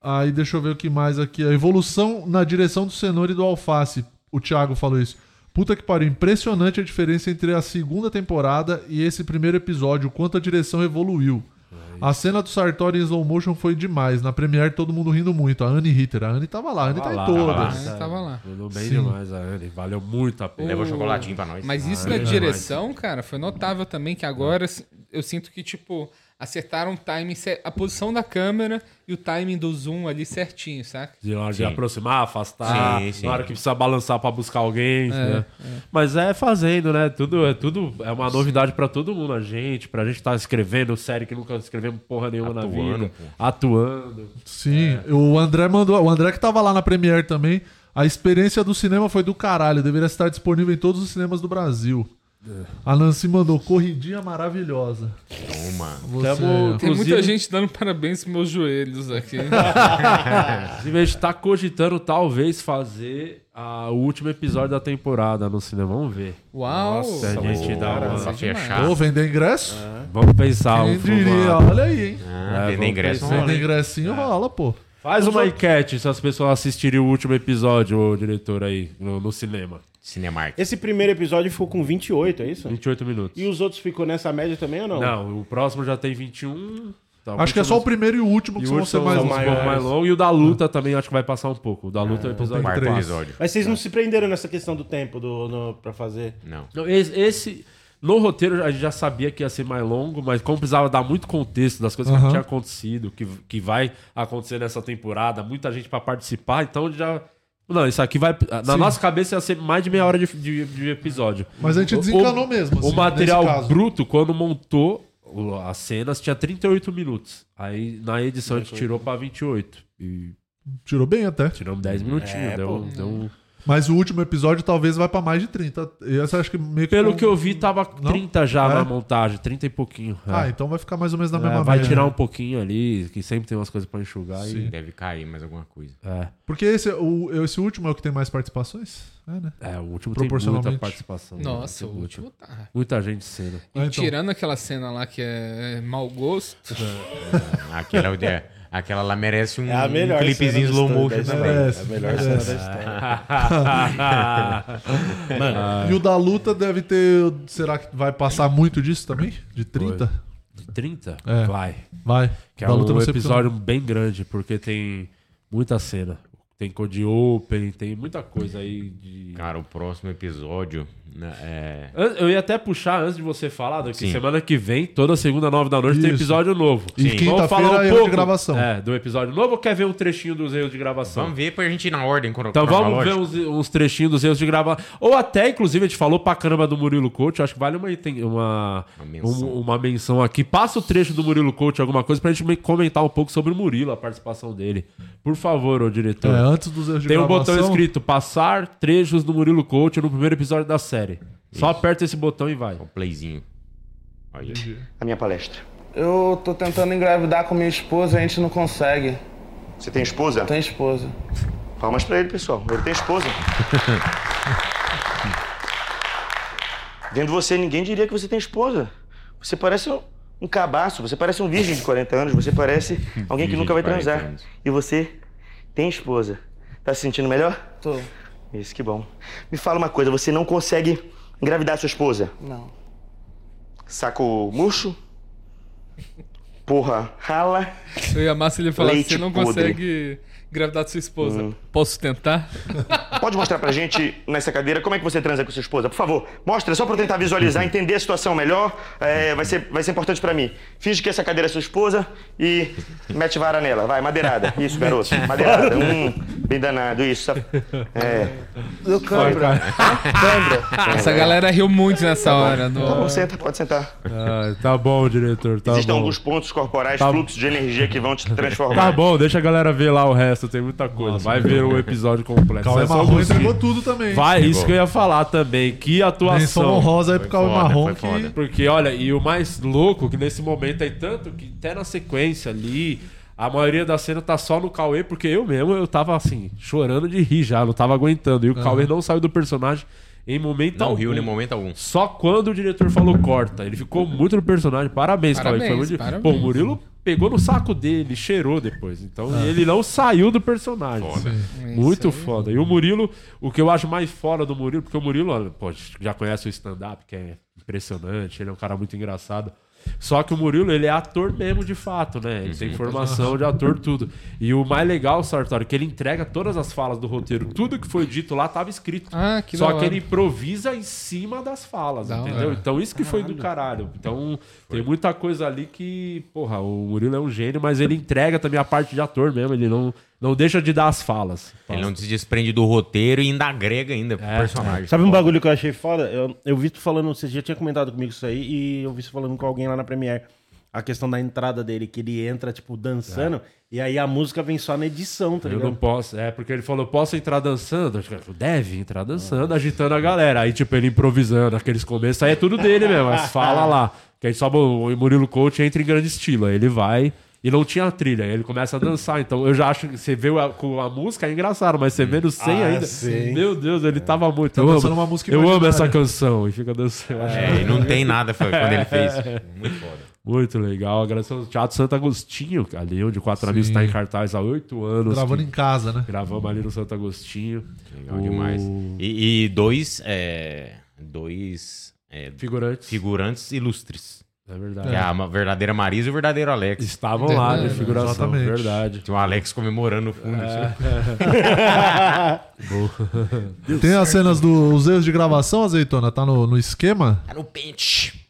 Aí deixa eu ver o que mais aqui. A evolução na direção do cenoura e do alface. O Thiago falou isso. Puta que pariu, impressionante a diferença entre a segunda temporada e esse primeiro episódio, o quanto a direção evoluiu. A cena do Sartori em slow motion foi demais. Na Premiere todo mundo rindo muito. A Anne Ritter, a Anne tava lá, a Anne tá em todas. Anne É, tava lá. Mandou bem Sim. demais a Anne. Valeu muito a pena. Levou chocolatinho pra nós. Mas isso Ah, na demais. Ah. direção, cara, foi notável também que agora assim, eu sinto que, tipo, acertaram o timing, cer- a posição da câmera e o timing do zoom ali certinho, saca? De na hora de Sim. aproximar, afastar, Sim, sim. na hora que precisa balançar pra buscar alguém. né? é. Mas é fazendo, né? Tudo é, tudo é uma novidade pra todo mundo, a gente, pra gente estar escrevendo série que nunca escrevemos porra nenhuma na Atuando, vida, pô. atuando. Sim, o André mandou. O André que tava lá na Premiere também. A experiência do cinema foi do caralho. Deveria estar disponível em todos os cinemas do Brasil. É. A Nancy mandou corridinha maravilhosa. Toma. Você- Tem muita gente dando parabéns pros meus joelhos aqui. Inclusive, a gente tá cogitando talvez fazer a- o último episódio da temporada no cinema. Vamos ver. Uau! Nossa, a gente Boa, dá uma... tá É. pra fechar. Vou vender ingresso? Vamos pensar. Quem um diria? formato. Olha aí, hein? É, Ah, vender vamos ingresso É. pensar. É. Vender ingressinho rola, pô. Faz uma enquete se as pessoas assistiriam o último episódio, ô diretor aí, no, no cinema. Cinemark. Esse primeiro episódio ficou com 28, é isso? 28 minutos. E os outros ficou nessa média também ou não? Não, o próximo já tem 21. tá, Acho que é só o último- primeiro e o último que e são o vão ser último mais é um longos. pouco mais longo. E o da luta também acho que vai passar um pouco. O da luta é então o tem episódio quarto quatro. episódio. Mas vocês não se prenderam nessa questão do tempo do, no- pra fazer? Não. Não, esse, esse- No roteiro a gente já sabia que ia ser mais longo, mas como precisava dar muito contexto das coisas que Aham. tinha acontecido, que, que vai acontecer nessa temporada, muita gente pra participar, então já. Não, isso aqui vai. Na Sim. nossa cabeça ia ser mais de meia hora de, de- de episódio. Mas a gente O- desencanou o, mesmo, assim, o material nesse caso. bruto, quando montou o- as cenas, tinha 38 minutos. Aí na edição a gente tirou pra 28. E Tirou bem até. Tiramos 10 minutinhos. É, deu, pô. deu um- Mas o último episódio talvez vai pra mais de 30. Essa acho que meio que Pelo foi um- que eu vi, tava Não? 30 já É? na montagem, 30 e pouquinho. é. Ah, então vai ficar mais ou menos na É, mesma Vai média, tirar né? um pouquinho ali, que sempre tem umas coisas pra enxugar. Sim. E... Deve cair mais alguma coisa. É. Porque esse, o, esse último é o que tem mais participações? É, né? É, o último tem Proporcionalmente. É, muita participação. né? Nossa, Tem o muita. último tá. Muita gente cedo. então, E tirando aquela cena lá que é mau é gosto. Aquele é o de... Aquela lá merece um, É a melhor um clipezinho cena da slow motion história, também. merece, É a melhor merece. da história. Mano, Ah. e o da luta deve ter. Será que vai passar muito disso também? De 30? De 30? É. Vai. Vai. Que é Da luta um vai ser episódio bem grande, porque tem muita cena. Tem Code Open, tem muita coisa aí de. Cara, o próximo episódio né, é. An- Eu ia até puxar antes de você falar, que Sim. semana que vem, toda segunda, nove da noite, tem Isso. episódio novo. E Sim. Vamos quinta-feira falar é um erro de pouco gravação. É, do episódio novo ou quer ver um trechinho dos erros de gravação? Vamos ver pra gente ir na ordem. cro- Então vamos ver cronológica. uns, uns trechinhos dos erros de gravar. Ou até, inclusive, a gente falou pra caramba do Murilo Coach. Acho que vale uma, tem uma, um- uma, menção. aqui. Passa o trecho do Murilo Coach, alguma coisa, pra gente me- comentar um pouco sobre o Murilo, a participação dele. Por favor, ô diretor. É, antes dos erros de Tem um gravação- botão escrito passar trechos do Murilo Coach no primeiro episódio da série. Só aperta esse botão e É um vai. O playzinho. A minha palestra. Eu tô tentando engravidar com minha esposa e a gente não consegue. Você tem esposa? Tem esposa. Palmas pra ele, pessoal. Ele tem esposa. Vendo você, ninguém diria que você tem esposa. Você parece um, um cabaço, você parece um virgem de 40 anos, você parece alguém que Virgem nunca vai de 40 transar. anos. E você tem esposa. Tá se sentindo melhor? Tô. Isso, que bom. Me fala uma coisa, você não consegue engravidar sua esposa? Não. Saco murcho? Porra, rala? Eu ia amar se ele falasse: Leite você não podre. consegue engravidar de sua esposa. Hum. Posso tentar? Pode mostrar pra gente nessa cadeira como é que você transa com sua esposa, por favor. Mostra, só pra eu tentar Uhum. visualizar, entender a situação melhor. É, vai, ser, vai ser importante pra mim. Finge que essa cadeira é sua esposa e mete vara nela. Vai, madeirada. Isso, garoto. Madeirada. Hum, bem danado, isso. sabe? É. Do cãibra. Cãibra. Essa galera riu muito nessa hora. do- Tá bom, um senta, pode sentar. Ah, é tá bom, diretor. Tá Existem bom. alguns pontos corporais, Tá bom. fluxos de energia que vão te transformar. Tá bom, deixa a galera ver lá o resto, tem muita coisa. Vai ver o episódio completo. Cauê É só Marrom alguns entregou que- tudo também. Vai, Entregou. isso que eu ia falar também. Que atuação. Menção honrosa aí pro Foi Cauê foda, Marrom foi que- foda. Porque, olha, e o mais louco é que nesse momento aí, tanto que até na sequência ali. A maioria da cena tá só no Cauê, porque eu mesmo, eu tava assim, chorando de rir já, não tava aguentando. E o Aham. Cauê não saiu do personagem em momento Não algum. riu em momento algum. Só quando o diretor falou corta. Ele ficou muito no personagem. Parabéns, Cauê. Foi Parabéns, muito... parabéns. Pô, o Murilo pegou no saco dele, cheirou depois. Então É. e ele não saiu do personagem. Sim. Muito Isso aí. foda. E o Murilo, o que eu acho mais fora do Murilo, porque o Murilo, olha, pô, a gente já conhece o stand-up, que é impressionante, ele é um cara muito engraçado. Só que o Murilo, ele é ator mesmo de fato, né? Ele Uhum. tem formação de ator, tudo. E o mais legal, Sartori, é que ele entrega todas as falas do roteiro. Tudo que foi dito lá estava escrito. Ah, que da Só que hora. ele improvisa em cima das falas, Da entendeu? hora. Então isso que foi do caralho. Então tem muita coisa ali que, porra, o Murilo é um gênio, mas ele entrega também a parte de ator mesmo, ele não, não deixa de dar as falas. Ele não se desprende do roteiro e ainda agrega ainda É, pro personagem. Sabe um bagulho que eu achei foda? Eu, eu vi tu falando, você já tinha comentado comigo isso aí, e eu vi você falando com alguém lá na Premiere. A questão da entrada dele, que ele entra, tipo, dançando, e aí a música vem só na edição, tá É. Eu ligado? não posso. É, porque ele falou, posso entrar dançando? é Eu falei, Deve entrar dançando, agitando a galera. Aí, tipo, ele improvisando aqueles começos. Aí é tudo dele mesmo, as fala lá. Que aí só o Murilo Coach entra em grande estilo. Aí ele vai e não tinha trilha. Aí ele começa a dançar. Então, eu já acho que você vê a- com a música, é engraçado. Mas você vê no 100 Ah, ainda. sim. Meu Deus, ele tava muito. Tá eu dançando amo, uma música eu amo imaginária. essa canção. E fica dançando. É, e não tem nada, foi quando ele fez. Muito foda. Muito legal. Agradecer ao Teatro Santo Agostinho, ali onde o Quatro Sim. Amigos está em cartaz há oito anos. Gravando Que em casa, né? Gravamos ali no Santo Agostinho. Legal demais. E, e dois. é, dois. é, figurantes. ilustres. É verdade. Que é a ma- verdadeira Marisa e o verdadeiro Alex. Estavam lá de Verdade. figuração, Exatamente. verdade. Tinha o Alex comemorando no fundo. É. Boa. Tem as cenas dos erros de gravação, azeitona? Tá no, no esquema? Tá no pente.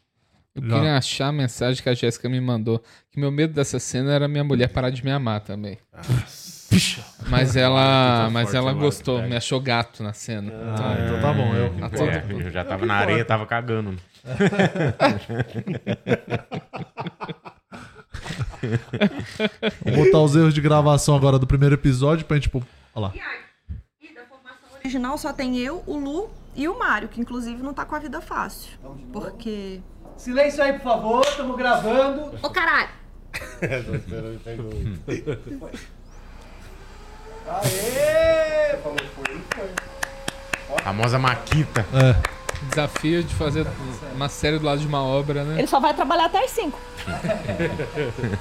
Eu Já. queria achar a mensagem que a Jéssica me mandou. Que meu medo dessa cena era minha mulher parar de me amar também. Mas ela, Tá mas forte ela agora, gostou, pega. me achou gato na cena. Ah, então tá bom, é o que A importa. todo É. É, custo. eu já tava na areia, tava cagando. né? Vou botar os erros de gravação agora do primeiro episódio pra gente, tipo. Olha lá. original só tem eu, o Lu e o Mário, que inclusive não tá com a vida fácil. Porque. Silêncio aí, por favor, estamos gravando. Ô caralho! Famosa Maquita. É. Desafio de fazer uma série do lado de uma obra, né? Ele só vai trabalhar até as 5.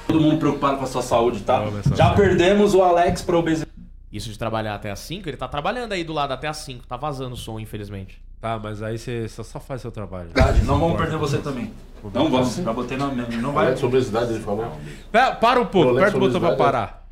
Todo mundo preocupado com a sua saúde, tá? Já perdemos o Alex pra obesidade. Isso de trabalhar até as 5, ele tá trabalhando aí do lado até as 5. Tá vazando o som, infelizmente. Tá, mas aí você só, só faz seu trabalho. Não vamos perder você também. Não vamos, pra botar na Não vai. Alex, obesidade, ele falou. Pera, para um pouco, Rolê aperta o botão pra sobre parar.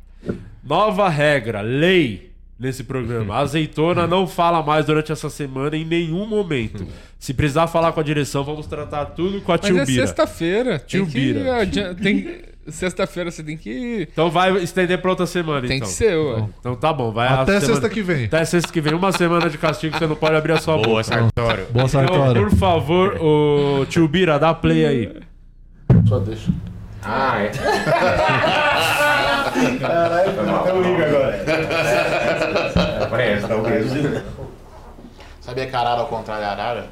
Nova regra, lei nesse programa. A azeitona não fala mais durante essa semana em nenhum momento. Se precisar falar com a direção, vamos tratar tudo com a Mas tio é Bira. sexta-feira. Tio Tem que Bira. adian- tem- Sexta-feira você tem que. Então vai estender pra outra semana, Tem então. que ser, ué. Então tá bom, vai Até a semana- sexta que vem. Até sexta que vem. Uma semana de castigo, você não pode abrir a sua boca. Boa, Sartório. Boa, Sartório. Então, por favor, o tio Bira, dá play aí. Só deixa. Ah, é. Caralho, tá até o Rico agora. É, Preso, tá preso. Sabia que arara ao contrário é arara?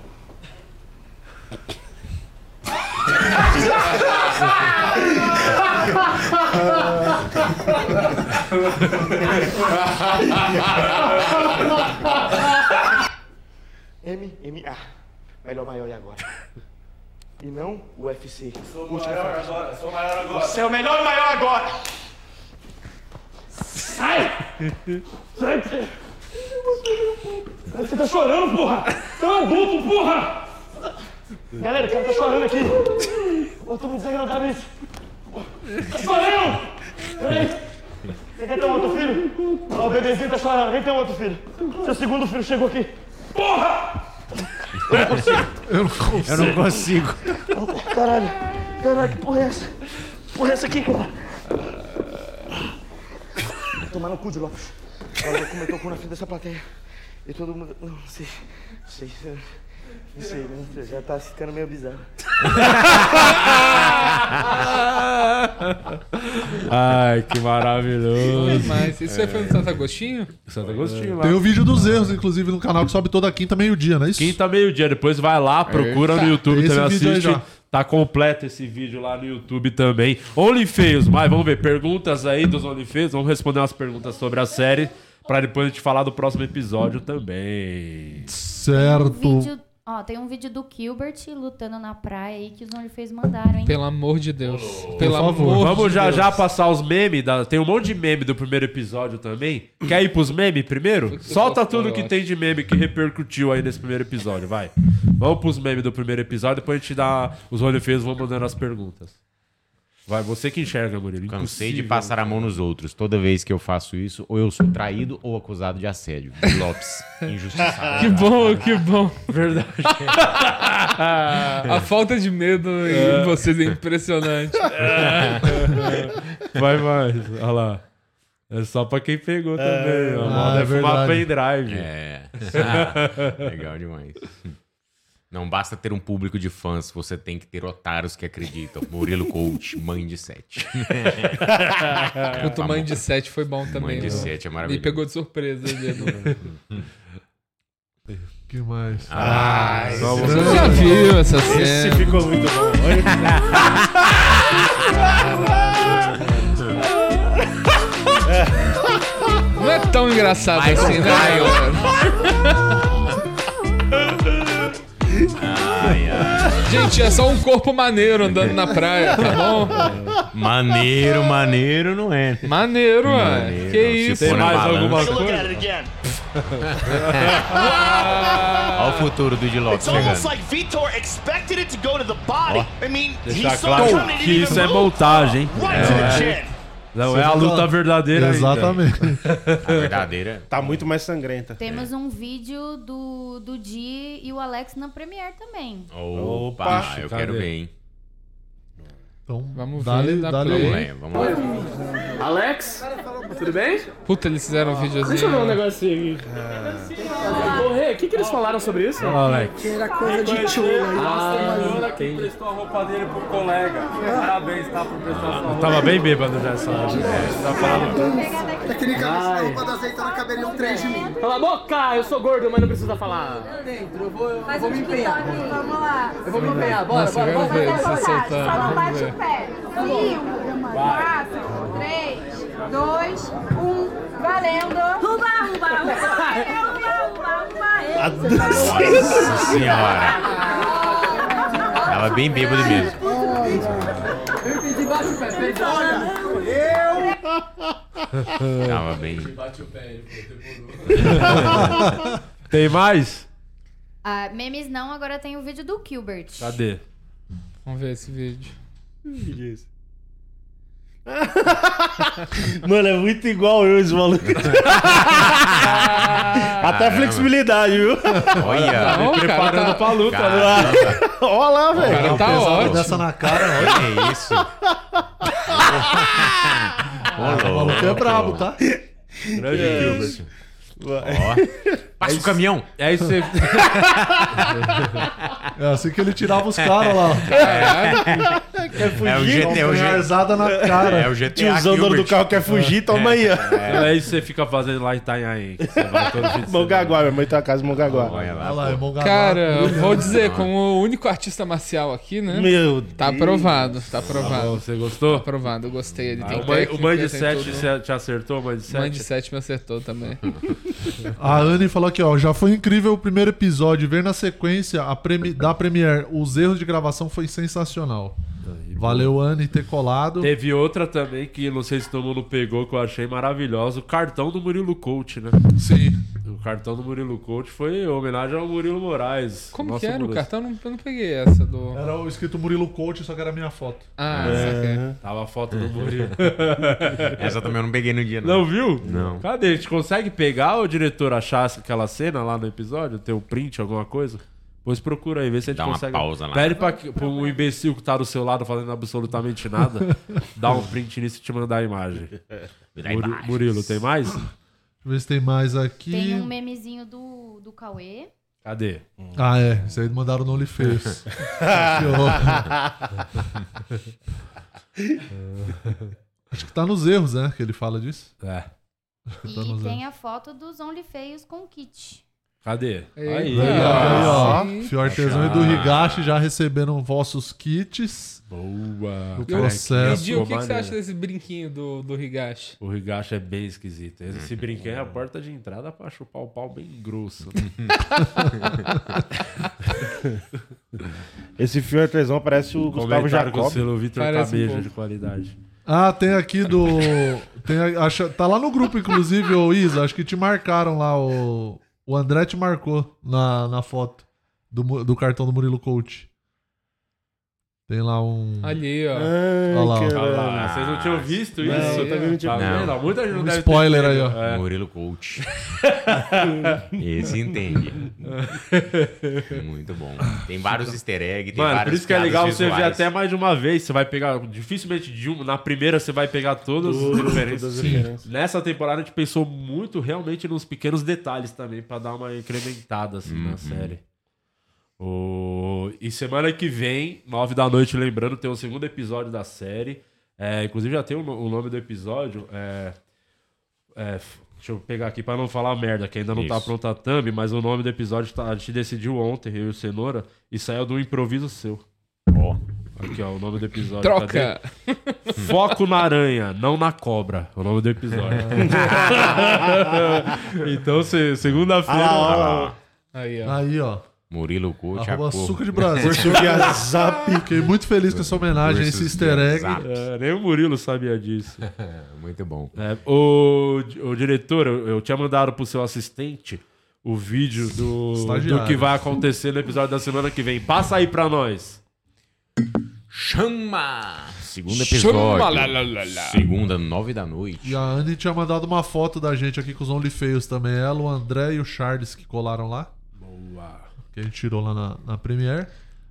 MMA. Melhor maior e agora. E não o UFC. Sou o maior agora, sou o maior agora. Você é o melhor e maior agora. Sai! Sai! Você tá chorando, porra! Você é um adulto, porra! Galera, o cara tá chorando aqui. Eu tô muito desagradado nisso. Tá chorando! Peraí. Você quer ter um outro filho? Ó, o bebezinho tá chorando. Quem tem um outro filho? Seu segundo filho chegou aqui. Porra! Eu não consigo. Eu não consigo. Eu não consigo. Caralho, caralho, que porra é essa? Que porra é essa aqui, cara? Vou tomar no cu de Lopes. Olha como eu tô com na frente dessa plateia. E todo mundo. Não sei. Não sei. se- Não sei, não sei. Já tá ficando meio bizarro. Ai, que maravilhoso. Mas isso aí foi no Santo é Agostinho? um Santo Agostinho, lá. Tem o vídeo dos erros, inclusive, no canal que sobe toda quinta, meio-dia, não é isso? Quinta meio-dia, depois vai lá, procura Eita. no YouTube Tem esse também, vídeo aí assiste. já. Tá completo esse vídeo lá no YouTube também. OnlyFeios, mas vamos ver perguntas aí dos OnlyFeios. Vamos responder umas perguntas sobre a série pra depois a gente falar do próximo episódio também. Certo. Vídeo- Ó, tem um vídeo do Gilbert lutando na praia aí que os OnlyFans mandaram, hein? Pelo amor de Deus. Pelo amor Vamos de já Deus. já passar os memes. da- Tem um monte de meme do primeiro episódio também. Quer ir pros memes primeiro? Solta tudo que tem de meme que repercutiu aí nesse primeiro episódio, vai. Vamos pros memes do primeiro episódio, depois a gente dá. Os olhofeios vão mandando as perguntas. Vai, você que enxerga, Murilo. Cansei de Impossível. passar a mão nos outros. Toda vez que eu faço isso, ou eu sou traído ou acusado de assédio. Lopes, injustiçado. Que bom, que bom. Verdade. A falta de medo em É. vocês é impressionante. Vai mais, olha lá. É só pra quem pegou também. Ah, ó. A moda é, Ah, fumar pendrive. É. Legal demais. Não basta ter um público de fãs, você tem que ter otários que acreditam. Murilo Coach, mãe de sete. Puta, Mãe de 7 foi bom também. Mãe de né? sete é maravilhoso. Me pegou de surpresa. Né? que mais? Ah, esse Você já viu essa Esse cena? ficou muito bom. Não é tão engraçado assim, né? Gente, é só um corpo maneiro andando na É, praia, tá bom? Maneiro, maneiro não é. Maneiro, ué. Que isso? Tem Tem mais mais alguma alguma coisa? coisa? Olha o futuro do Di Lopes It's almost chegando. like Vitor expected it to go to the body. Ó. I mean, he Deixar saw it claro coming and que even isso é moved. montagem, hein? Right to the Não é, chin. não é a luta verdadeira. ainda. Exatamente. A verdadeira. Tá muito mais sangrenta. Temos um vídeo do, do Di e o Alex na Premiere também. Oh. Opa, Opa. eu quero Cadê? ver, hein? Então, vamos dá-lhe- ver, dá dá-lhe play. aí. Vamos lá, Alex, tudo bem? Puta, eles fizeram um videozinho. Deixa eu ver um negocinho aqui. Ô, Rê, o que, que eles falaram sobre isso? Olha lá, Alex. Que era coisa de né? chula. Ah, que prestou a roupa dele pro colega. Parabéns, tá? Por prestar sua roupa. Eu tava bem bêbado já essa hora. Aquele cara roupa da azeitona caberiam três de mim. Cala a boca, eu sou gordo, mas não precisa falar. Dentro, eu vou, eu um vou me empenhar. Vamos lá. Eu vou me empenhar, bora, Nossa, bora, eu quero bora. ver se soltando. Vamos ver. pé. 5, 4, 3, um. 2, 1. Valendo! Ruba, ruba, ruba! A Amado. Nossa senhora. Tava bem bêbado mesmo. Eu entendi, bate o pé, peraí, olha. Eu. Tava bem. Bate o pé, ele falou, Tem mais? Ah, memes não, agora tem o vídeo do Gilbert. Cadê? Vamos ver esse vídeo. é Mano, é muito igual eu, esse maluco. Até flexibilidade, viu? Olha, Não, cara, me preparando tá- pra luta, né? Caramba. Olha lá, velho. Cara, tá ótimo. dessa na cara, olha. Que isso. O maluco é brabo, tá? Grande É. Gilbert. Ó. Passa o caminhão. É isso aí. É assim que ele tirava os caras lá. É. Quer fugir? É o GTA, Toma é o G- garrazada na cara. É o GTA Tiozão, dono do Gilbert. carro, quer fugir, então toma aí, ó. Não é isso que você fica fazendo lá em Itanhaém. que Você né, vai todo fim de semana. Mongaguá, minha mãe tem uma casa em Mongaguá. Olha lá, lá, é Mongaguá. Cara, eu vou dizer, como o único artista marcial aqui, né? Meu Tá Deus. aprovado, tá Tá bom, aprovado. Você gostou? Tá aprovado, eu gostei. Ele Ah, tem o Band- o técnica, Band tem 7 tudo. você te acertou, o Band 7? Band 7 me acertou também. A Anne falou aqui, ó. Já foi incrível o primeiro episódio. Ver na sequência a premi- da Premiere os erros de gravação foi sensacional. Tá Valeu, Anne, ter colado. Teve outra também que não sei se todo mundo pegou, que eu achei maravilhosa. O cartão do Murilo Couto, né? Sim. O cartão do Murilo Couto foi homenagem ao Murilo Moraes. Como Nosso que era o Murilo. cartão? Eu não, eu não peguei essa do. Era o escrito Murilo Coach, só que era a minha foto. Ah, É. Tava a foto do Murilo. Essa também eu não peguei no dia, Não não. viu? Não. Cadê? A gente consegue pegar ou o diretor achar aquela cena lá no episódio? Tem um print, alguma coisa? Pois procura aí, vê se a gente Dá uma consegue. pausa lá. Pede pra, que- pra um imbecil que tá do seu lado fazendo absolutamente nada, dá um print nisso e te mandar a imagem. Me dá Muri- imagens. Murilo, tem mais? Deixa eu ver se tem mais aqui. Tem um memezinho do, do Cauê. Cadê? Hum. Ah, é. Isso aí mandaram no OnlyFans. Que horror. Acho que tá nos erros, né? Que ele fala disso. É. Tá E nos erros. tem a foto dos Only Feios com o kit. Cadê? Aí, ó. Sim. Fio Artesão e do Higashi já receberam vossos kits. Boa. O Cara, processo. que Gil, o que, que você maneiro. acha desse brinquinho do, do Higashi? O Higashi é bem esquisito. Esse brinquedo é a porta de entrada pra chupar o pau bem grosso. Esse fio artesão parece o Gustavo Comentário com o Jacob. selo Vitor Parece um Camejo pouco. de qualidade. Ah, tem aqui do. Tem, a- acha, tá lá no grupo, inclusive, ô Isa. Acho que te marcaram lá. O, o André te marcou na, na foto do, mu- do cartão do Murilo Coach. Tem lá um. Ali, ó. Olha lá, ó. Olha lá, Ah, vocês não tinham visto Não, isso? eu também não tinha Tá visto. vendo? Não. Muita gente não Um deve ter spoiler pego. aí, ó. É. Murilo Couto. Esse entende. Muito bom. Tem vários easter eggs, tem Então, Mano, vários por isso que é legal você ver visuais. até mais de uma vez. Você vai pegar, dificilmente de uma, na primeira você vai pegar todas as Todas, referências. todas as referências. Sim. Nessa temporada a gente pensou muito realmente nos pequenos detalhes também, pra dar uma incrementada assim, Uhum. na série. O- E semana que vem, nove da noite, lembrando, tem o segundo episódio da série. É, inclusive já tem o, no- o nome do episódio. É... é, f- Deixa eu pegar aqui pra não falar merda, que ainda não tá Isso. pronta a thumb, mas o nome do episódio tá- a gente decidiu ontem, eu e o Cenoura, e saiu do improviso seu. Ó. Aqui, ó, o nome do episódio. Troca. cadê? Foco na aranha, não na cobra. O nome do episódio. então, se- segunda-feira. tá Ah, lá, lá, lá. Aí, ó. Aí, ó. Murilo Couto. Arroba Jacob. Açúcar de Brasil. Curso via Zap. Fiquei muito feliz com essa homenagem, esse Cursos easter via egg. Zap. É, nem o Murilo sabia disso. Muito bom. É, o, o diretor, eu, eu tinha mandado pro seu assistente o vídeo do, Estagiário. do que vai acontecer no episódio da semana que vem. Passa aí pra nós. Chama! Segundo Chama, episódio. lá, lá, lá, lá. Segunda, nove da noite. E a Anne tinha mandado uma foto da gente aqui com os Only Feios também. Ela, o André e o Charles que colaram lá. Boa. Que a gente tirou lá na, na Premiere.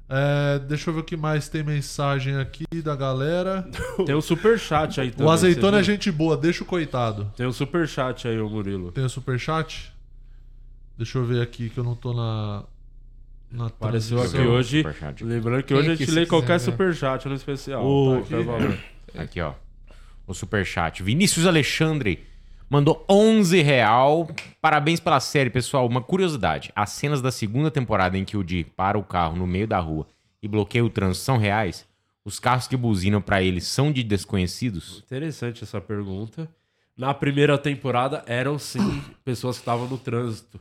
É, deixa eu ver o que mais tem mensagem aqui da galera. Tem o superchat aí também. o azeitona é você viu? gente boa, deixa o coitado. Então, Tem o superchat aí, ô Murilo. Tem o superchat? Deixa eu ver aqui que eu não tô na. na Apareceu aqui transmissão. hoje. Lembrando que Quem hoje a aqui, gente se quiser lê né? ver? qualquer superchat no especial. O- tá? Por favor. Aqui, ó. O superchat. Vinícius Alexandre mandou 11 real. Parabéns pela série, pessoal. Uma curiosidade. As cenas da segunda temporada em que o Di para o carro no meio da rua e bloqueia o trânsito são reais? Os carros que buzinam pra ele são de desconhecidos? Interessante essa pergunta. Na primeira temporada eram sim pessoas que estavam no trânsito.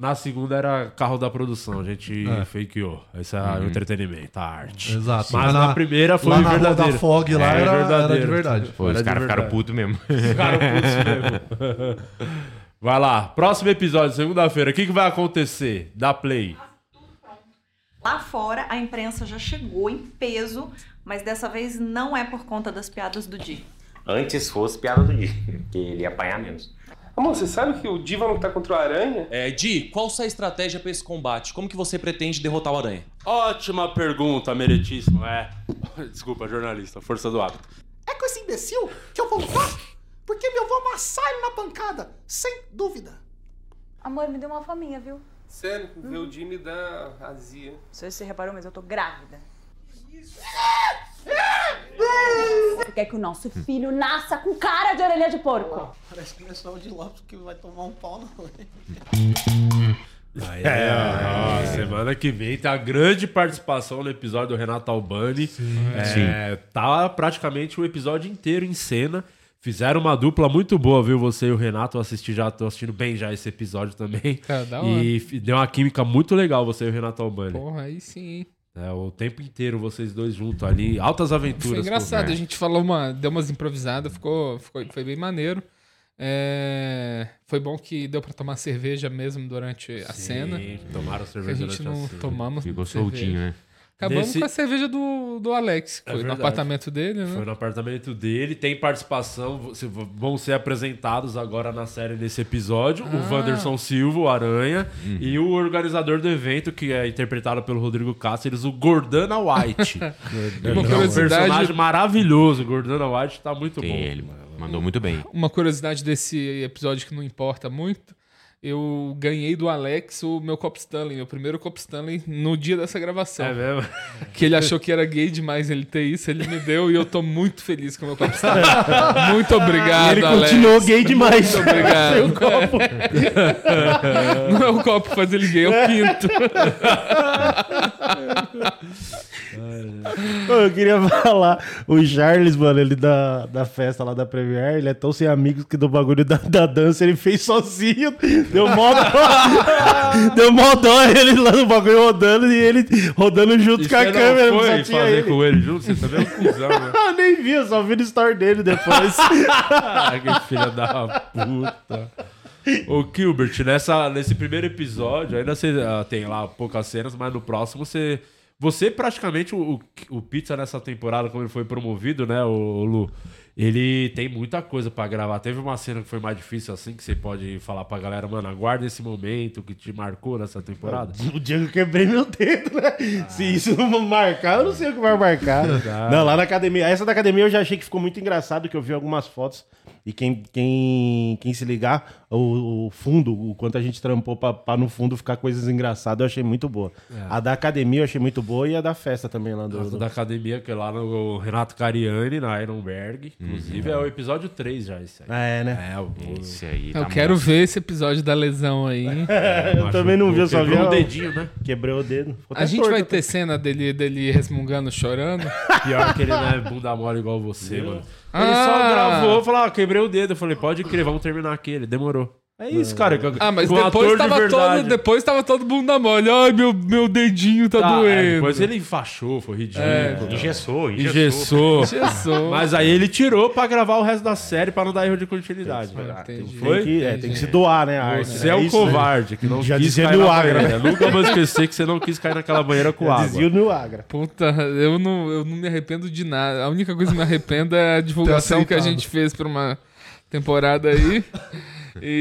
Na segunda era carro da produção, a gente É. fakeou. Esse é o Uhum. entretenimento, a arte. Exato. Mas Lá- na primeira foi lá na Rua da verdadeiro. É Fog, lá era- era de verdadeiro. verdade. Pô, os Era de caras ficaram verdade. putos mesmo. Ficaram putos mesmo. Vai lá, próximo episódio, segunda-feira. O que, que vai acontecer? Dá play. Lá fora, a imprensa já chegou em peso, mas dessa vez não é por conta das piadas do Di. Antes fosse piada do dia, que ele ia apanhar menos. Amor, você sabe que o Diva não tá contra o Aranha? É, Di, qual sua estratégia pra esse combate? Como que você pretende derrotar o Aranha? Ótima pergunta, meritíssimo. É. Desculpa, jornalista, força do hábito. É com esse imbecil que eu vou lutar? Porque eu vou amassar ele na pancada, sem dúvida. Amor, me deu uma faminha, viu? Sério, ver o Jimmy dá azia. Não sei se você reparou, mas eu tô grávida. Você quer que o nosso filho nasça com cara de orelha de porco? Parece que não é só o de Lopes que vai tomar um pau, não. Aí, É, ó, semana que vem tem a grande participação no episódio do Renato Albani. É, Tá praticamente o episódio inteiro em cena. Fizeram uma dupla muito boa, viu? Você e o Renato. Eu assisti já, tô assistindo bem já esse episódio também. Cara, da hora. e fi- deu uma química muito legal, você e o Renato Albani. Porra, aí sim. É, o tempo inteiro vocês dois juntos ali. Altas aventuras. Foi é engraçado, pô. a gente falou uma, deu umas improvisadas, ficou, ficou, foi bem maneiro. É, foi bom que deu pra tomar cerveja mesmo durante a Sim, cena. tomaram cerveja Que a gente durante a não cena. tomamos. Ficou cerveja. soltinho, né? Acabamos Desse- com a cerveja do, do Alex, que É foi no verdade. apartamento dele, né? Foi no apartamento dele, tem participação, vo- se- vão ser apresentados agora na série nesse episódio, Ah. o Wanderson Silva, o Aranha, e o organizador do evento, que é interpretado pelo Rodrigo Cáceres, o Gordana White. E uma um curiosidade- personagem maravilhoso, o Gordana White tá muito bom. Ele mandou muito bem. Uma curiosidade desse episódio que não importa muito. Eu ganhei do Alex o meu Cop Stanley, meu primeiro Cop Stanley no dia dessa gravação. É mesmo? Que ele achou que era gay demais ele ter isso, ele me deu e eu tô muito feliz com o meu Cop Stanley. Muito obrigado, E ele Alex. continuou gay demais. Muito obrigado. Sem o copo. não é o copo que faz ele gay, é o pinto. Ô, Eu queria falar, o Charles, mano, ele da, da festa lá da Premiere, ele é tão sem amigos que do bagulho da, da dança ele fez sozinho. Deu mó dó. deu mó dó ele lá no bagulho rodando e ele rodando junto E com a você não câmera. foi só tinha fazer ele. com ele junto? Você também é um cuzão, né? Eu nem vi, eu só vi no story dele depois. Ah, que filha da puta. Ô, Gilbert, nessa, nesse primeiro episódio, ainda você ah, tem lá poucas cenas, mas no próximo você. Você praticamente, o, o, o Pizza nessa temporada, como ele foi promovido, né, o, Lu? Ele tem muita coisa pra gravar. Teve uma cena que foi mais difícil assim, que você pode falar pra galera, mano, aguarda esse momento que te marcou nessa temporada. É, O dia que eu quebrei meu dedo, né? Se isso não marcar, eu não sei o que vai marcar. né? Verdade. não, lá na academia. Essa da academia eu já achei que ficou muito engraçado, que eu vi algumas fotos. E quem, quem, quem se ligar, o, o fundo, o quanto a gente trampou pra, pra no fundo ficar coisas engraçadas, eu achei muito boa. É. A da academia eu achei muito boa e a da festa também lá do. Nossa, da academia, que é lá no Renato Cariani, na Ironberg. Inclusive, Uhum. é o episódio 3 já, esse aí. É, né? É, o... Esse aí. Eu quero ver esse episódio da lesão aí. É, eu também não vi, eu só vi. Quebrou ó, o dedinho, né? Quebrei o dedo. Ficou A até gente torto vai até. ter cena dele, dele resmungando, chorando. Pior que ele não é bunda mole igual você, mano. Ele Ah! só gravou, falou, ah, quebrei o dedo. Eu falei, pode crer, vamos terminar aquele. Demorou. É isso, cara. que- Ah, mas com um ator depois de tava, verdade. todo, depois tava todo bunda mole. Ai, meu, meu dedinho tá, Tá, é, doendo. depois ele enfaixou, foi ridículo. É. cara. Engessou, engessou. engessou. Engessou. Mas aí ele tirou pra gravar o resto da série pra não dar erro de continuidade. Tem Foi? que- é, tem que se doar, né? a arte, Você né? é um isso, né? covarde que não Já quis dizia cair no na Agra, banheira. né? Nunca vou esquecer que você não quis cair naquela banheira com Já água. dizia no Agra. Puta, eu não, eu não me arrependo de nada. A única coisa que me arrependo Tá é a divulgação que a aceitado. gente fez pra uma temporada aí.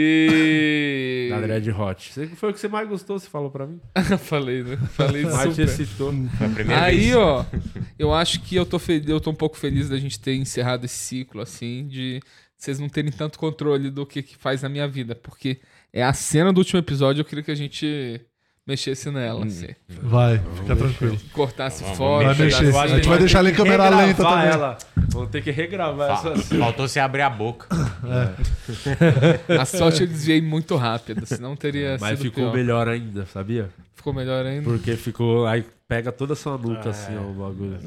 E. Na Dread é Hot. Você- Foi o que você mais gostou, você falou pra mim. Falei, né? Falei Mas super. te excitou. Aí, ó, eu acho que eu tô, fe- eu tô um pouco feliz da gente ter encerrado esse ciclo, assim, de vocês não terem tanto controle do que, que faz na minha vida. Porque é a cena do último episódio, eu queria que a gente mexesse nela, assim. Vai, fica tranquilo. Cortasse Vamos fora. mexer. Vai mexer, pedaço- sim. A gente vai deixar ela em câmera Regravar lenta também. Ela. Vou ter que regravar Fa- essa cena. É. Faltou você abrir a boca. A sorte eu desviei muito rápido, senão teria É, Mas sido ficou pior. melhor ainda, sabia? Ficou melhor ainda? Porque ficou. Aí pega toda a sua Ah, nuca, assim, ó, o é. bagulho.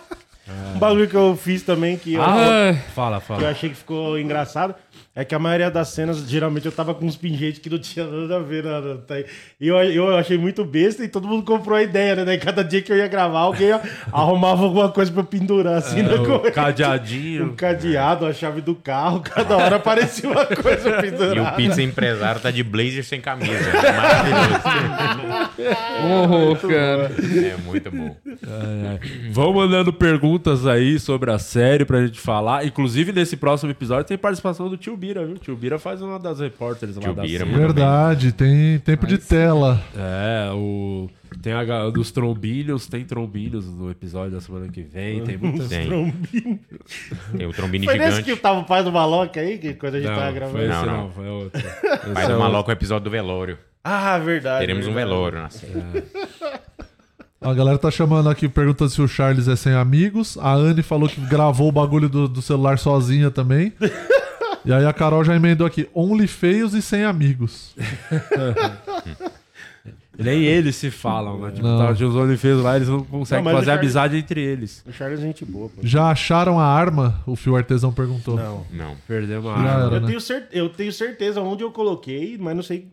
Um bagulho que eu fiz também que eu, Ah, fala, fala. que eu achei que ficou engraçado. É que a maioria das cenas, geralmente eu tava com uns pingentes que não tinha nada a ver. Nada, tá aí. E eu, eu achei muito besta e todo mundo comprou a ideia, né? Daí cada dia que eu ia gravar, alguém arrumava alguma coisa pra eu pendurar assim É, na o corrente. cadeadinho. Um cadeado, a chave do carro, cada hora aparecia uma coisa pendurada. E o pizza empresário tá de blazer sem camisa. Maravilhoso. Um Horror, cara. É muito bom. Ai, ai. Vão mandando perguntas aí sobre a série pra gente falar. Inclusive, nesse próximo episódio tem participação do Tio Bira, viu? Tio Bira faz uma das repórteres lá da é série. Verdade, tem tempo de tela. É, o. Tem a ga- dos trombilhos, tem trombilhos no episódio da semana que vem. Tem muita Tem. Tem um o trombini Foi nesse gigante. que tava o pai do Maloca aí, que quando a gente Não, tava gravando. foi esse Não, não. não, foi outro. Pai do Maloca é o episódio do velório. Ah, verdade. Teremos um verdade. velório na série. A galera tá chamando aqui, perguntando se o Charles é sem amigos. A Anne falou que gravou o bagulho do, do celular sozinha também. E aí a Carol já emendou aqui, only feios e sem amigos. Nem eles se falam, né? Tipo, Não. tá, os OnlyFans lá, eles não conseguem Não, mas o fazer Charles- amizade entre eles. O Charles é gente boa, pô. Já acharam a arma? O Fio Artesão perguntou. Não. Perdeu uma Já arma. era, Eu né? tenho, cer- eu tenho certeza onde eu coloquei, mas não sei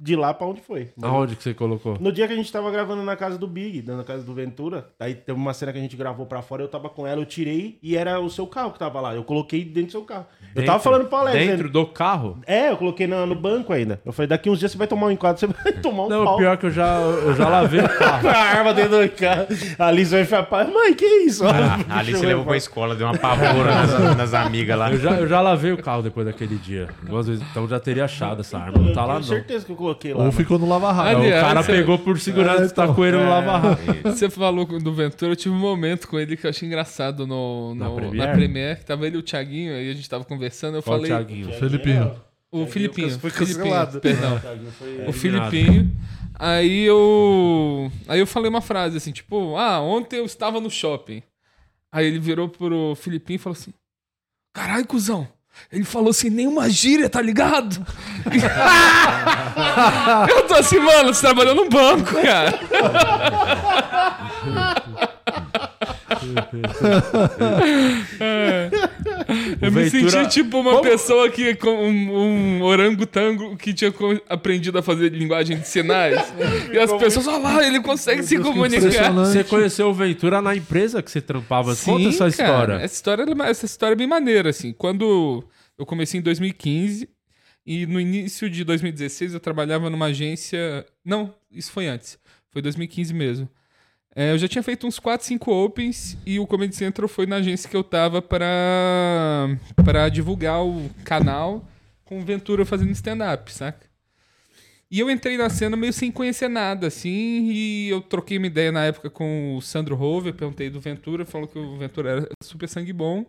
de lá pra onde foi. Aonde que você colocou? No dia que a gente tava gravando na casa do Big, na casa do Ventura, aí teve uma cena que a gente gravou pra fora, eu tava com ela, eu tirei e era o seu carro que tava lá. Eu coloquei dentro do seu carro. eu tava Dentro- falando pra Alex. Dentro né? do carro? É, eu coloquei na- no, banco ainda. Eu falei, daqui uns dias você vai tomar um enquadro, você vai tomar um Não, pau. pior é que eu já, eu já lavei o carro. Com a arma dentro do carro. A Alice vai ficar, "Pai, mãe, que isso? Ah, a É. Alice levou pra escola, deu uma pavora nas, nas amigas lá. Eu já, eu já lavei o carro depois daquele dia. Duas vezes. Então já teria achado essa arma. Não tá lá, Tenho não. certeza que eu coloquei lá. Ou mano. ficou no lava É, então. Não, o cara pegou por segurança e tacou ele no lava rápido. Você falou com- do Ventura, eu tive um momento com ele que eu achei engraçado no, Na no- na, Premiere? Premiere. que tava ele e o Thiaguinho, aí a gente tava conversando, eu Qual falei... Thiaguinho? O Felipinho. O Filipinho. foi Filipinho, cancelado. perdão. Ah, Thiaguinho foi O eliminado. Filipinho. Aí eu... Aí eu falei uma frase assim, tipo... Ah, ontem eu estava no shopping. Aí ele virou pro Filipinho e falou assim... Caralho, cuzão. Ele falou assim, nenhuma gíria, tá ligado? eu tô assim, mano, você trabalhou num banco, cara. É. Eu O me Ventura- senti tipo uma pessoa que com um, um orangotango que tinha co- aprendido a fazer linguagem de sinais. e as pessoas, olha lá, ele consegue se comunicar. Você conheceu o Ventura na empresa que você trampava. Conta essa cara, história. Essa história, ela é ma- essa história é bem maneira, assim. Quando eu comecei em 2015 e no início de 2016 eu trabalhava numa agência... Não, isso foi antes. Foi 2015 mesmo. É, eu já tinha feito uns 4, 5 opens e o Comedy Central foi na agência que eu tava pra, pra divulgar o canal com o Ventura fazendo stand-up, saca? E eu entrei na cena meio sem conhecer nada, assim, e eu troquei uma ideia na época com o Sandro Rover, perguntei do Ventura, falou que o Ventura era super sangue bom.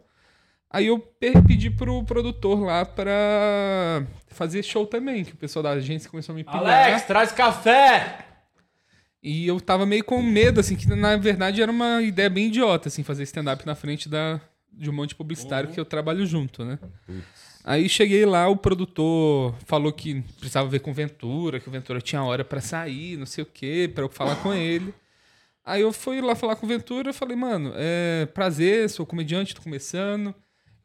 Aí eu pe- pedi pro produtor lá pra fazer show também, que o pessoal da agência começou a me pedir. Alex, traz café! E eu tava meio com medo, assim, que na verdade era uma ideia bem idiota, assim, fazer stand-up na frente da, de um monte de publicitário que eu trabalho junto, né? Aí cheguei lá, o produtor falou que precisava ver com o Ventura, que o Ventura tinha hora pra sair, não sei o quê, pra eu falar com ele. Aí eu fui lá falar com o Ventura, eu falei, mano, é prazer, sou comediante, tô começando.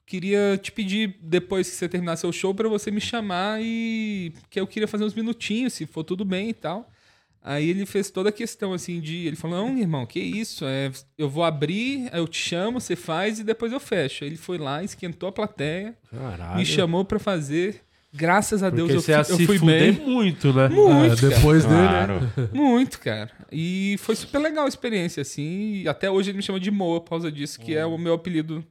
Queria te pedir, depois que você terminar seu show, pra você me chamar e. que eu queria fazer uns minutinhos, se for tudo bem e tal. Aí ele fez toda a questão assim de. Ele falou: Não, irmão, que isso? É, eu vou abrir, eu te chamo, você faz e depois eu fecho. Aí Ele foi lá, esquentou a plateia, Caralho. me chamou pra fazer. Graças a Deus Porque eu, você fui- ia se eu fui bem. fuder muito, né? Muito. É, depois cara. dele, né? Claro. Muito, cara. E foi super legal a experiência, assim. E até hoje ele me chama de Moa por causa disso, que é o meu apelido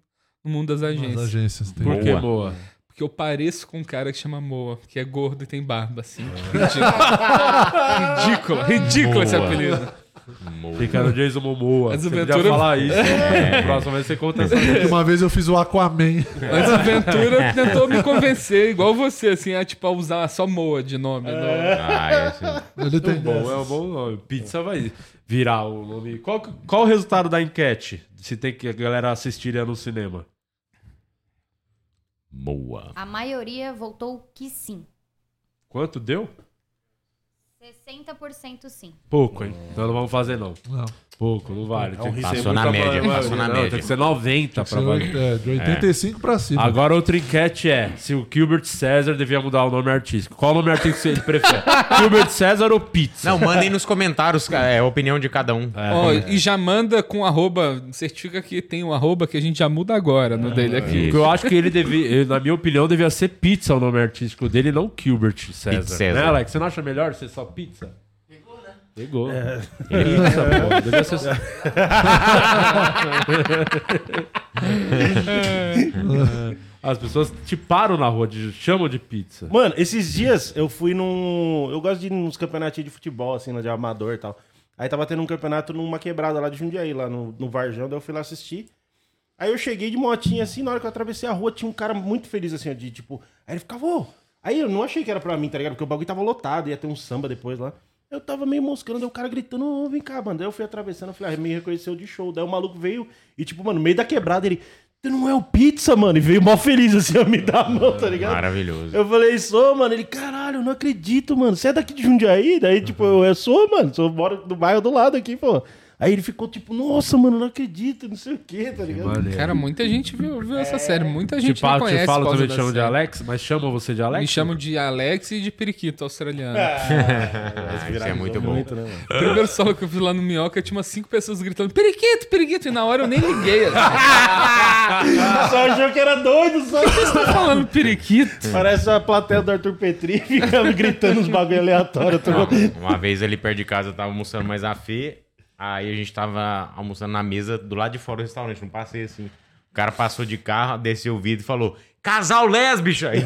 no mundo das agências. agências, tem. Por que boa? Porque eu pareço com um cara que chama Moa, que é gordo e tem barba, assim. É. Ridículo. Ridículo, ridículo esse Moa. apelido. Fica no Jason Momoa. Mas Você o podia Ventura- falar isso. né? É. Próxima vez você conta essa Porque Uma vez eu fiz o Aquaman. Mas o Ventura tentou me convencer, igual você, assim, a, tipo, a usar só Moa de nome. né? no- Ah, é, Ele tem bom, é um bom nome. Pizza vai virar o nome. Qual, que- qual o resultado da enquete? Se tem que a galera assistiria no cinema. Boa. A maioria voltou que sim. Quanto deu? 60% sim. Pouco, hein? Então não vamos fazer, não. Não. Pouco, não vale. É um Tem que risco. ser Passou na muito média, abaixo. passou na Não, média. Tem que ser 90 Tem que ser pra valer. oit- é, de 85 pra cima. Agora outra enquete é se o Gilbert César devia mudar o nome artístico. Qual nome artístico ele prefere? Gilbert César ou Pizza? Não, mandem nos comentários ca- é, a opinião de cada um. É, Ó, e já manda com arroba, certifica que tem um arroba que a gente já muda agora Ah, no dele aqui. Eu acho que ele devia, eu, na minha opinião, devia ser Pizza o nome artístico dele, não Gilbert César. Pete César. Né, Alex? Você não acha melhor ser só Pizza? Pegou. É. Ele pizza, É. pô. Devia ser só. As pessoas te param na rua, te chamam de pizza. Mano, esses dias eu fui num. Eu gosto de ir nos campeonatinhos de futebol, assim, né, de amador e tal. Aí tava tendo um campeonato numa quebrada lá de Jundiaí, lá no, no Varjão, daí eu fui lá assistir. Aí eu cheguei de motinha assim, na hora que eu atravessei a rua, tinha um cara muito feliz assim, ó, de tipo. Aí ele ficava, ô. Aí eu não achei que era pra mim, tá ligado? Porque o bagulho tava lotado, ia ter um samba depois lá. Eu tava meio moscando, daí o cara gritando, ô, vem cá, mano. Daí eu fui atravessando, eu falei, ah, me reconheceu de show. Daí o maluco veio e, tipo, mano, no meio da quebrada, ele. "Você Não é o pizza, mano. E veio mó feliz assim, ó, me dá a mão, tá ligado? Maravilhoso. Eu falei, sou, mano. Ele, caralho, eu não acredito, mano. Você é daqui de Jundiaí? Daí, tipo, eu, eu sou, mano. Sou, moro do bairro do lado aqui, pô. Aí ele ficou tipo, nossa, mano, não acredito, não sei o quê, tá ligado? Cara, muita gente viu, viu essa série, muita gente Te, pa- não te conhece. por falo causa também, te da chamam de série. Alex, mas chamam você de Alex? Me chamam de Alex e de Periquito australiano. um Ah, isso é viralizou muito bom. muito, né, mano? Primeiro solo que eu vi lá no Minhoca, tinha umas cinco pessoas gritando Periquito, Periquito, e na hora eu nem liguei. assim. Só achou que era doido, só. que vocês estão falando periquito? Parece a plateia do Arthur Petri ficando gritando uns bagulho aleatório. tá Tô... Não, uma vez ali perto de casa eu tava almoçando mais a Fê, aí a gente tava almoçando na mesa do lado de fora do restaurante, não passei assim. O cara passou de carro, desceu o vidro e falou: Casal lésbica! E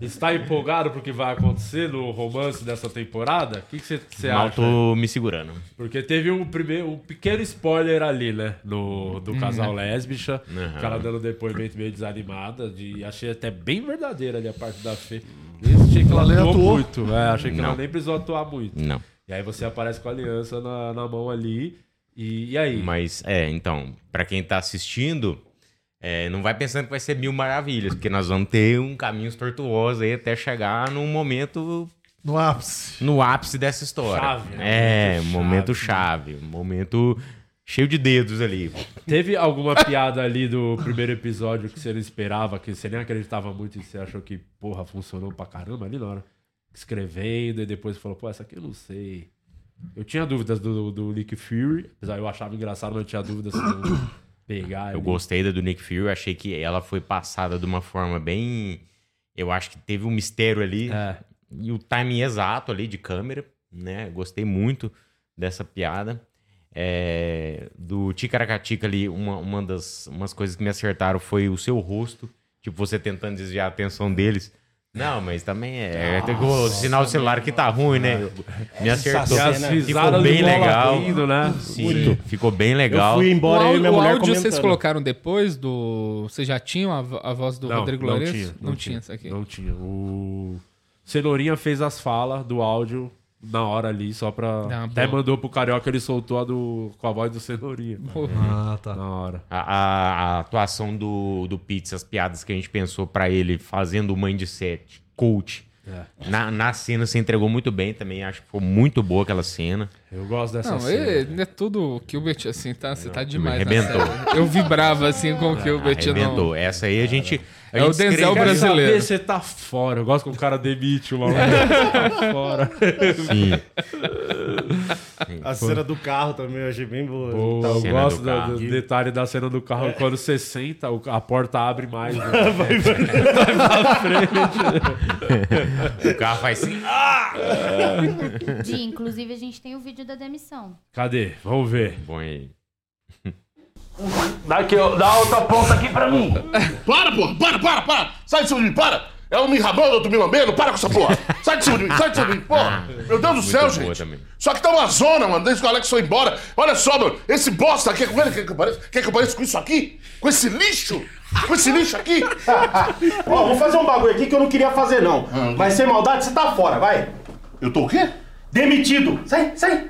Está empolgado pro que vai acontecer no romance dessa temporada? O que que você você Mal acha? tô me segurando. Porque teve um, primeiro, um pequeno spoiler ali, né? No, do Hum. casal lésbica. Aham. O cara dando depoimento meio desanimada. De, achei até bem verdadeira ali a parte da Fê. Eu achei que ela, Ela nem atuou, atuou. muito. é, achei que ela Não. nem precisou atuar muito. Não. E aí você aparece com a aliança na, na mão ali. E, e aí? Mas, é, então, pra quem tá assistindo, é, não vai pensando que vai ser mil maravilhas, porque nós vamos ter um caminho tortuoso aí até chegar num momento. No ápice. No ápice dessa história. Chave, né? É, momento chave. Momento cheio de dedos ali. Teve alguma piada ali do primeiro episódio que você não esperava, que você nem acreditava muito e você achou que, porra, funcionou pra caramba ali na hora? Escrevendo e depois falou, pô, essa aqui eu não sei. Eu tinha dúvidas do, do Nick Fury, apesar eu achava engraçado, mas eu tinha dúvidas se eu ia pegar. Eu ali. gostei da do Nick Fury, achei que ela foi passada de uma forma bem. Eu acho que teve um mistério ali. É. E o timing exato ali de câmera, né? Gostei muito dessa piada. É, do Ticaracatica ali, uma, uma das umas coisas que me acertaram foi o seu rosto. Tipo, você tentando desviar a atenção deles. Não, mas também é. tem que- o sinal do celular que tá ruim, né? Me acertou. Essa cena- Ficou bem Risadas de bola legal. rindo, né? Sim, Muito. ficou bem legal. o, áudio- o áudio vocês colocaram depois do. Vocês já tinham a, vo- a voz do Rodrigo Lourenço? Não tinha, não, tinha, isso aqui. Não tinha. O Cenourinha fez as falas do áudio na hora ali, só pra. Dá uma Até boa. mandou pro Carioca, ele soltou a do... com a voz do Cenourinha. Ah, tá. Na hora. A, a- a atuação do, do Pizza, as piadas que a gente pensou pra ele fazendo o Mãe de Sete, coach. É. Na, na cena se entregou muito bem também, acho que foi muito boa aquela cena. Eu gosto dessa Não, cena. né? ele, ele é tudo. O Gilbert, assim, tá, você tá demais. na arrebentou. Ah, série. é- Eu vibrava, assim, com o Gilbert. Arrebentou. Não. Essa aí a gente. a É o gente né? Denzel escreveu. brasileiro. Quer saber, Você tá fora. Eu gosto que o cara demite o maluco. Você É. tá fora. Sim. A cena do carro também eu achei bem boa. Pô, Tá, eu cena gosto do da- carro. do, detalhe da cena do carro. Quando você senta, o- a porta abre mais. né? É. Vai pra- Vai pra frente. O carro faz assim. Di, inclusive a gente tem o vídeo da demissão. Cadê? Vamos ver. Põe aí. Dá, aqui, ó, dá outra ponta aqui pra mim. Para, porra, para, para, para. Sai de cima de mim, para. É um me rabando, outro me lambendo, para com essa porra. Sai de cima de mim, sai de cima de mim, porra. Meu Deus do Muito céu, boa gente. também. Só que tá uma zona, mano, desde que o Alex foi embora. Olha só, mano, esse bosta, quer que, eu- quer que eu pareça? Quer que eu pareça com isso aqui? Com esse lixo? Com esse lixo aqui? Ó, vou fazer um bagulho aqui que eu não queria fazer, não. Vai ser maldade, você tá fora, vai. Ah, Eu tô o quê? Demitido. Sai, sai.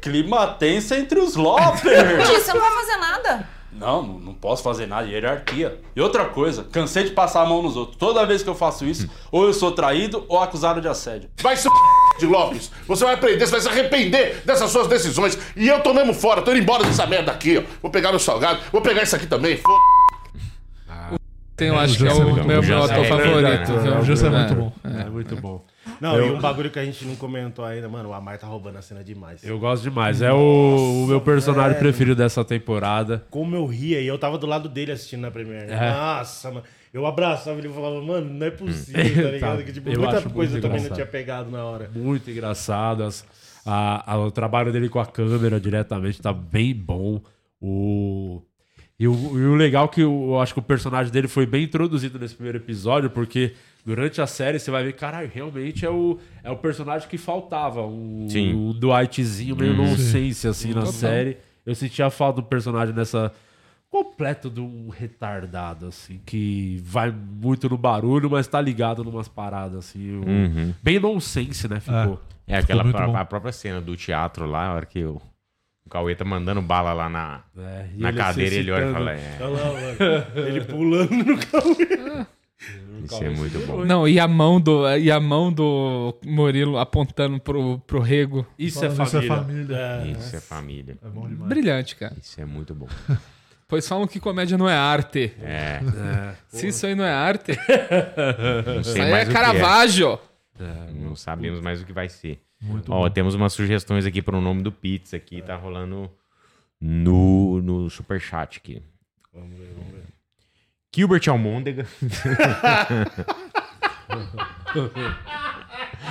Clima tenso entre os Lopper. Gente, você não vai fazer nada. Não, não, não posso fazer nada, hierarquia. E outra coisa, cansei de passar a mão nos outros. Toda vez que eu faço isso, ou eu sou traído ou acusado de assédio. Vai ser um de Lopes. Você vai aprender, você vai se arrepender dessas suas decisões. E eu tô mesmo fora, tô indo embora dessa merda aqui, ó. Vou pegar meu salgado, vou pegar isso aqui também, foda Tem, eu acho que é o meu bloco favorito. viu? É, muito bom. Não, e um bagulho que a gente não comentou ainda, mano, o Amar tá roubando a cena demais. Eu gosto demais. É o, o meu personagem velho. preferido dessa temporada. Como eu ria, e eu tava do lado dele assistindo na Premiere. né? É. Nossa, mano. Eu abraçava ele e falava, mano, não é possível, tá ligado? Tá, Que, tipo, eu muita acho muito coisa eu também não engraçado. tinha pegado na hora. Muito engraçado. as- a- a- o trabalho dele com a câmera diretamente tá bem bom. O, e, o, e o legal é que eu, eu acho que o personagem dele foi bem introduzido nesse primeiro episódio, porque durante a série você vai ver, caralho, realmente é o, é o personagem que faltava. Um, Sim. um Dwightzinho meio Hum. Uhum. nonsense, assim, na Total. série. Eu sentia falta do personagem nessa. Completo de um retardado, assim, que vai muito no barulho, mas tá ligado numas paradas, assim. um- Uhum. Bem nonsense, né? Ah. Ficou. É aquela Ficou muito pró- bom. a própria cena do teatro lá, a hora que o, o Cauê tá mandando bala lá na, É, e na ele cadeira, se ele olha e fala: excitando. É, Olha lá, mano. Ele pulando no Cauê. isso é muito bom. Não, e a mão do, e a mão do Murilo apontando pro, pro rego. Isso é família. Isso é família. É bom demais. Brilhante, cara. Isso é muito bom. Pois falam que comédia não é arte. É. Se isso aí não é arte. Não isso sei aí mais é o que Caravaggio. É, não sabemos mais o que vai ser. Muito Ó, bom. temos umas sugestões aqui para o nome do pizza aqui, tá rolando no, no superchat aqui. Vamos ver, vamos ver. Gilbert Almôndega.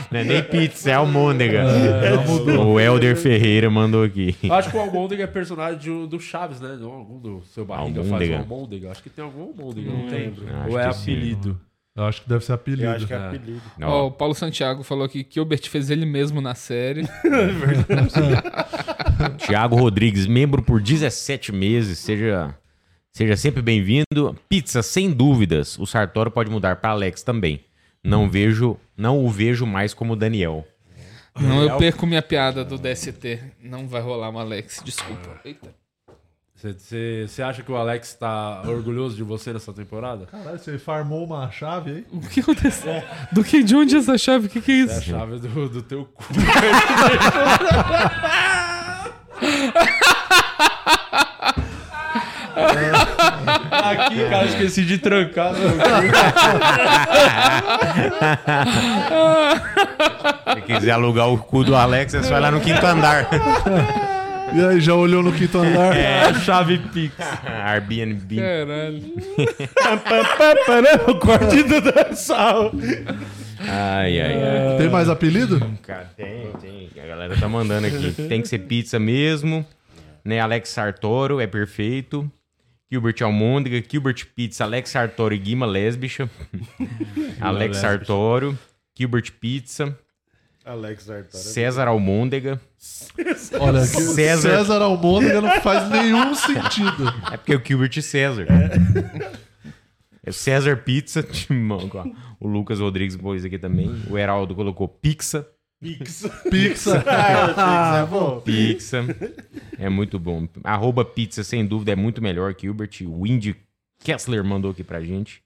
Não é nem pizza, é almôndega. É, já mudou. o Helder Ferreira mandou aqui. Eu acho que o Almôndega é personagem de- do Chaves, né? Não, algum do seu barriga faz o Almôndega. Almôndega. Acho que tem algum Almôndega, Não não lembro. Hum, lembro. Ou é apelido. Eu acho que deve ser apelido. Eu acho que é apelido. Não. Ó, o Paulo Santiago falou aqui que Gilbert fez ele mesmo na série. É Tiago Rodrigues, membro por 17 meses, seja, seja sempre bem-vindo. Pizza, sem dúvidas, o Sartório pode mudar para Alex também. Não vejo, não o vejo mais como Daniel. Não, eu perco minha piada do DST. Não vai rolar um Alex, desculpa. Eita. Você você acha que o Alex tá orgulhoso de você nessa temporada? Caralho, você farmou uma chave aí? O que aconteceu? Do que de onde é essa chave? O que, que é É a isso? chave do, do teu cu. Aqui, cara, esqueci de trancar. meu cu. Se quiser alugar o cu do Alex, é só ir lá no quinto andar. E aí, já olhou no quinto andar? É, chave Pix. Airbnb. Caralho. o corte do dançal. Ai, ai, ai. Tem mais apelido? Cara, tem, tem. A galera tá mandando aqui. Tem que ser pizza mesmo. Né? Alex Sartoro é perfeito. Gilbert Almôndega, Gilbert Pizza, Alex Sartoro e Guima Lésbicha. Alex Lésbicha. Sartoro, Gilbert Pizza, Alex é Sartori. César Almôndega. Olha, que César, César Almôndega não faz nenhum sentido. É porque é o Gilbert e César. É. o César Pizza. Timão, ó. O Lucas Rodrigues pôs aqui também. O Heraldo colocou Pizza. Pizza. Pizza. Ah, é, pizza é bom. Pizza. É muito bom. Arroba pizza, sem dúvida, é muito melhor que Gilbert. O Indy Kessler mandou aqui pra gente.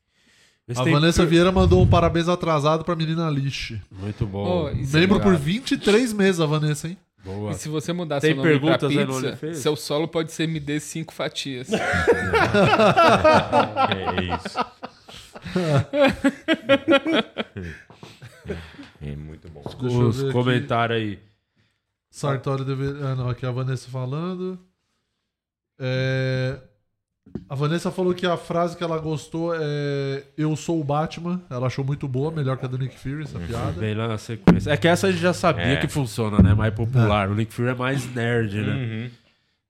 A Vanessa Vieira mandou um parabéns atrasado pra menina Lixe. Muito bom. Oh, isso é Membro por legal. 23 meses, a Vanessa, hein? E se você mudar Tem seu nome pra perguntas aí no pizza, OnlyFans? seu solo pode ser me dê cinco fatias. É isso. É muito bom. Deixa eu ver Os aqui. comentários aí. Sartório deveria. Ah, não, aqui é a Vanessa falando. É, A Vanessa falou que a frase que ela gostou é Eu sou o Batman. Ela achou muito boa, melhor que a do Nick Fury, Uhum. essa piada. Bem lá na sequência. É que essa a gente já sabia É. que funciona, né? Mais popular. O Nick Fury é mais nerd, né? Uhum.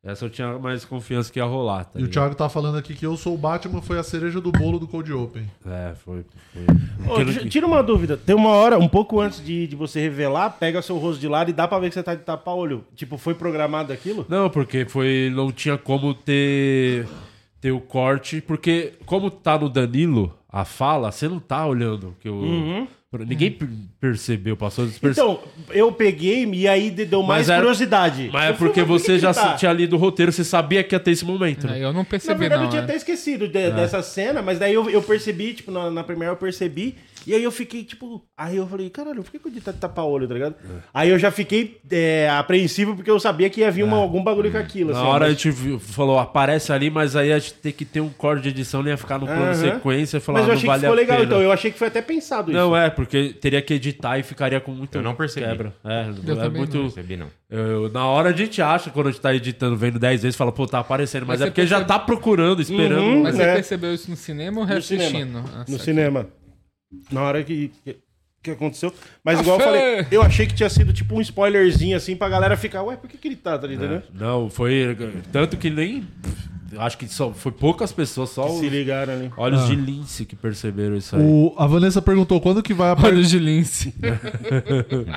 Essa eu tinha mais confiança que ia rolar. Tá E o ligado? Thiago tá falando aqui que Eu sou o Batman foi a cereja do bolo do Cold Open. É, foi. foi. Ô, tira- tira uma dúvida. Tem uma hora, um pouco antes de, de você revelar, pega seu rosto de lado e dá pra ver que você tá de tapa-olho. Tipo, foi programado aquilo? Não, porque foi. Não tinha como ter. Ter o corte. Porque, como tá no Danilo a fala, você não tá olhando. Que o, Uhum. Ninguém per- percebeu, passou despercebido. Então, eu peguei e aí de- deu mais era- curiosidade. Mas é Eu falei, porque "Mas por você que já que tá?" se- tinha lido o roteiro, você sabia que ia ter esse momento. né? É, eu não Na verdade, eu tinha até esquecido de- É. dessa cena, mas daí eu, eu percebi, tipo, na, na primeira eu percebi, e aí eu fiquei, tipo, aí eu falei, caralho, por que, que o Dita tapa olho, tá ligado? É. Aí eu já fiquei é, apreensivo porque eu sabia que ia vir uma- algum bagulho com aquilo. É. Na assim, hora tipo, a mas- gente viu- falou, aparece ali, mas aí a gente tem que ter um corte de edição, não ia ficar no plano Aham. sequência e falar, "Ah, Mas eu não achei vale que ficou a legal, pena. então. Eu achei que foi até pensado isso. Não, é, porque teria que editar e ficaria com muito Eu não percebi. quebra. É, Eu é também muito. não percebi, não. Eu- na hora a gente acha, quando a gente tá editando, vendo 10 vezes, fala, pô, tá aparecendo, mas, Mas é você porque já percebe- Uhum. tá procurando, esperando. É. Mas você né? percebeu isso no cinema ou No assistindo? cinema. Ah, no certo. cinema. Na hora que, que, que aconteceu. Mas A igual Ah, fé! eu falei, eu achei que tinha sido tipo um spoilerzinho assim pra galera ficar, ué, por que, que ele tá, tá ligado? É, Não, foi. Tanto que nem. Acho que só foi poucas pessoas, só Que se os- ligaram ali. Olhos Ah. de lince que perceberam isso aí. O- a Vanessa perguntou quando que vai a par- Olhos de lince.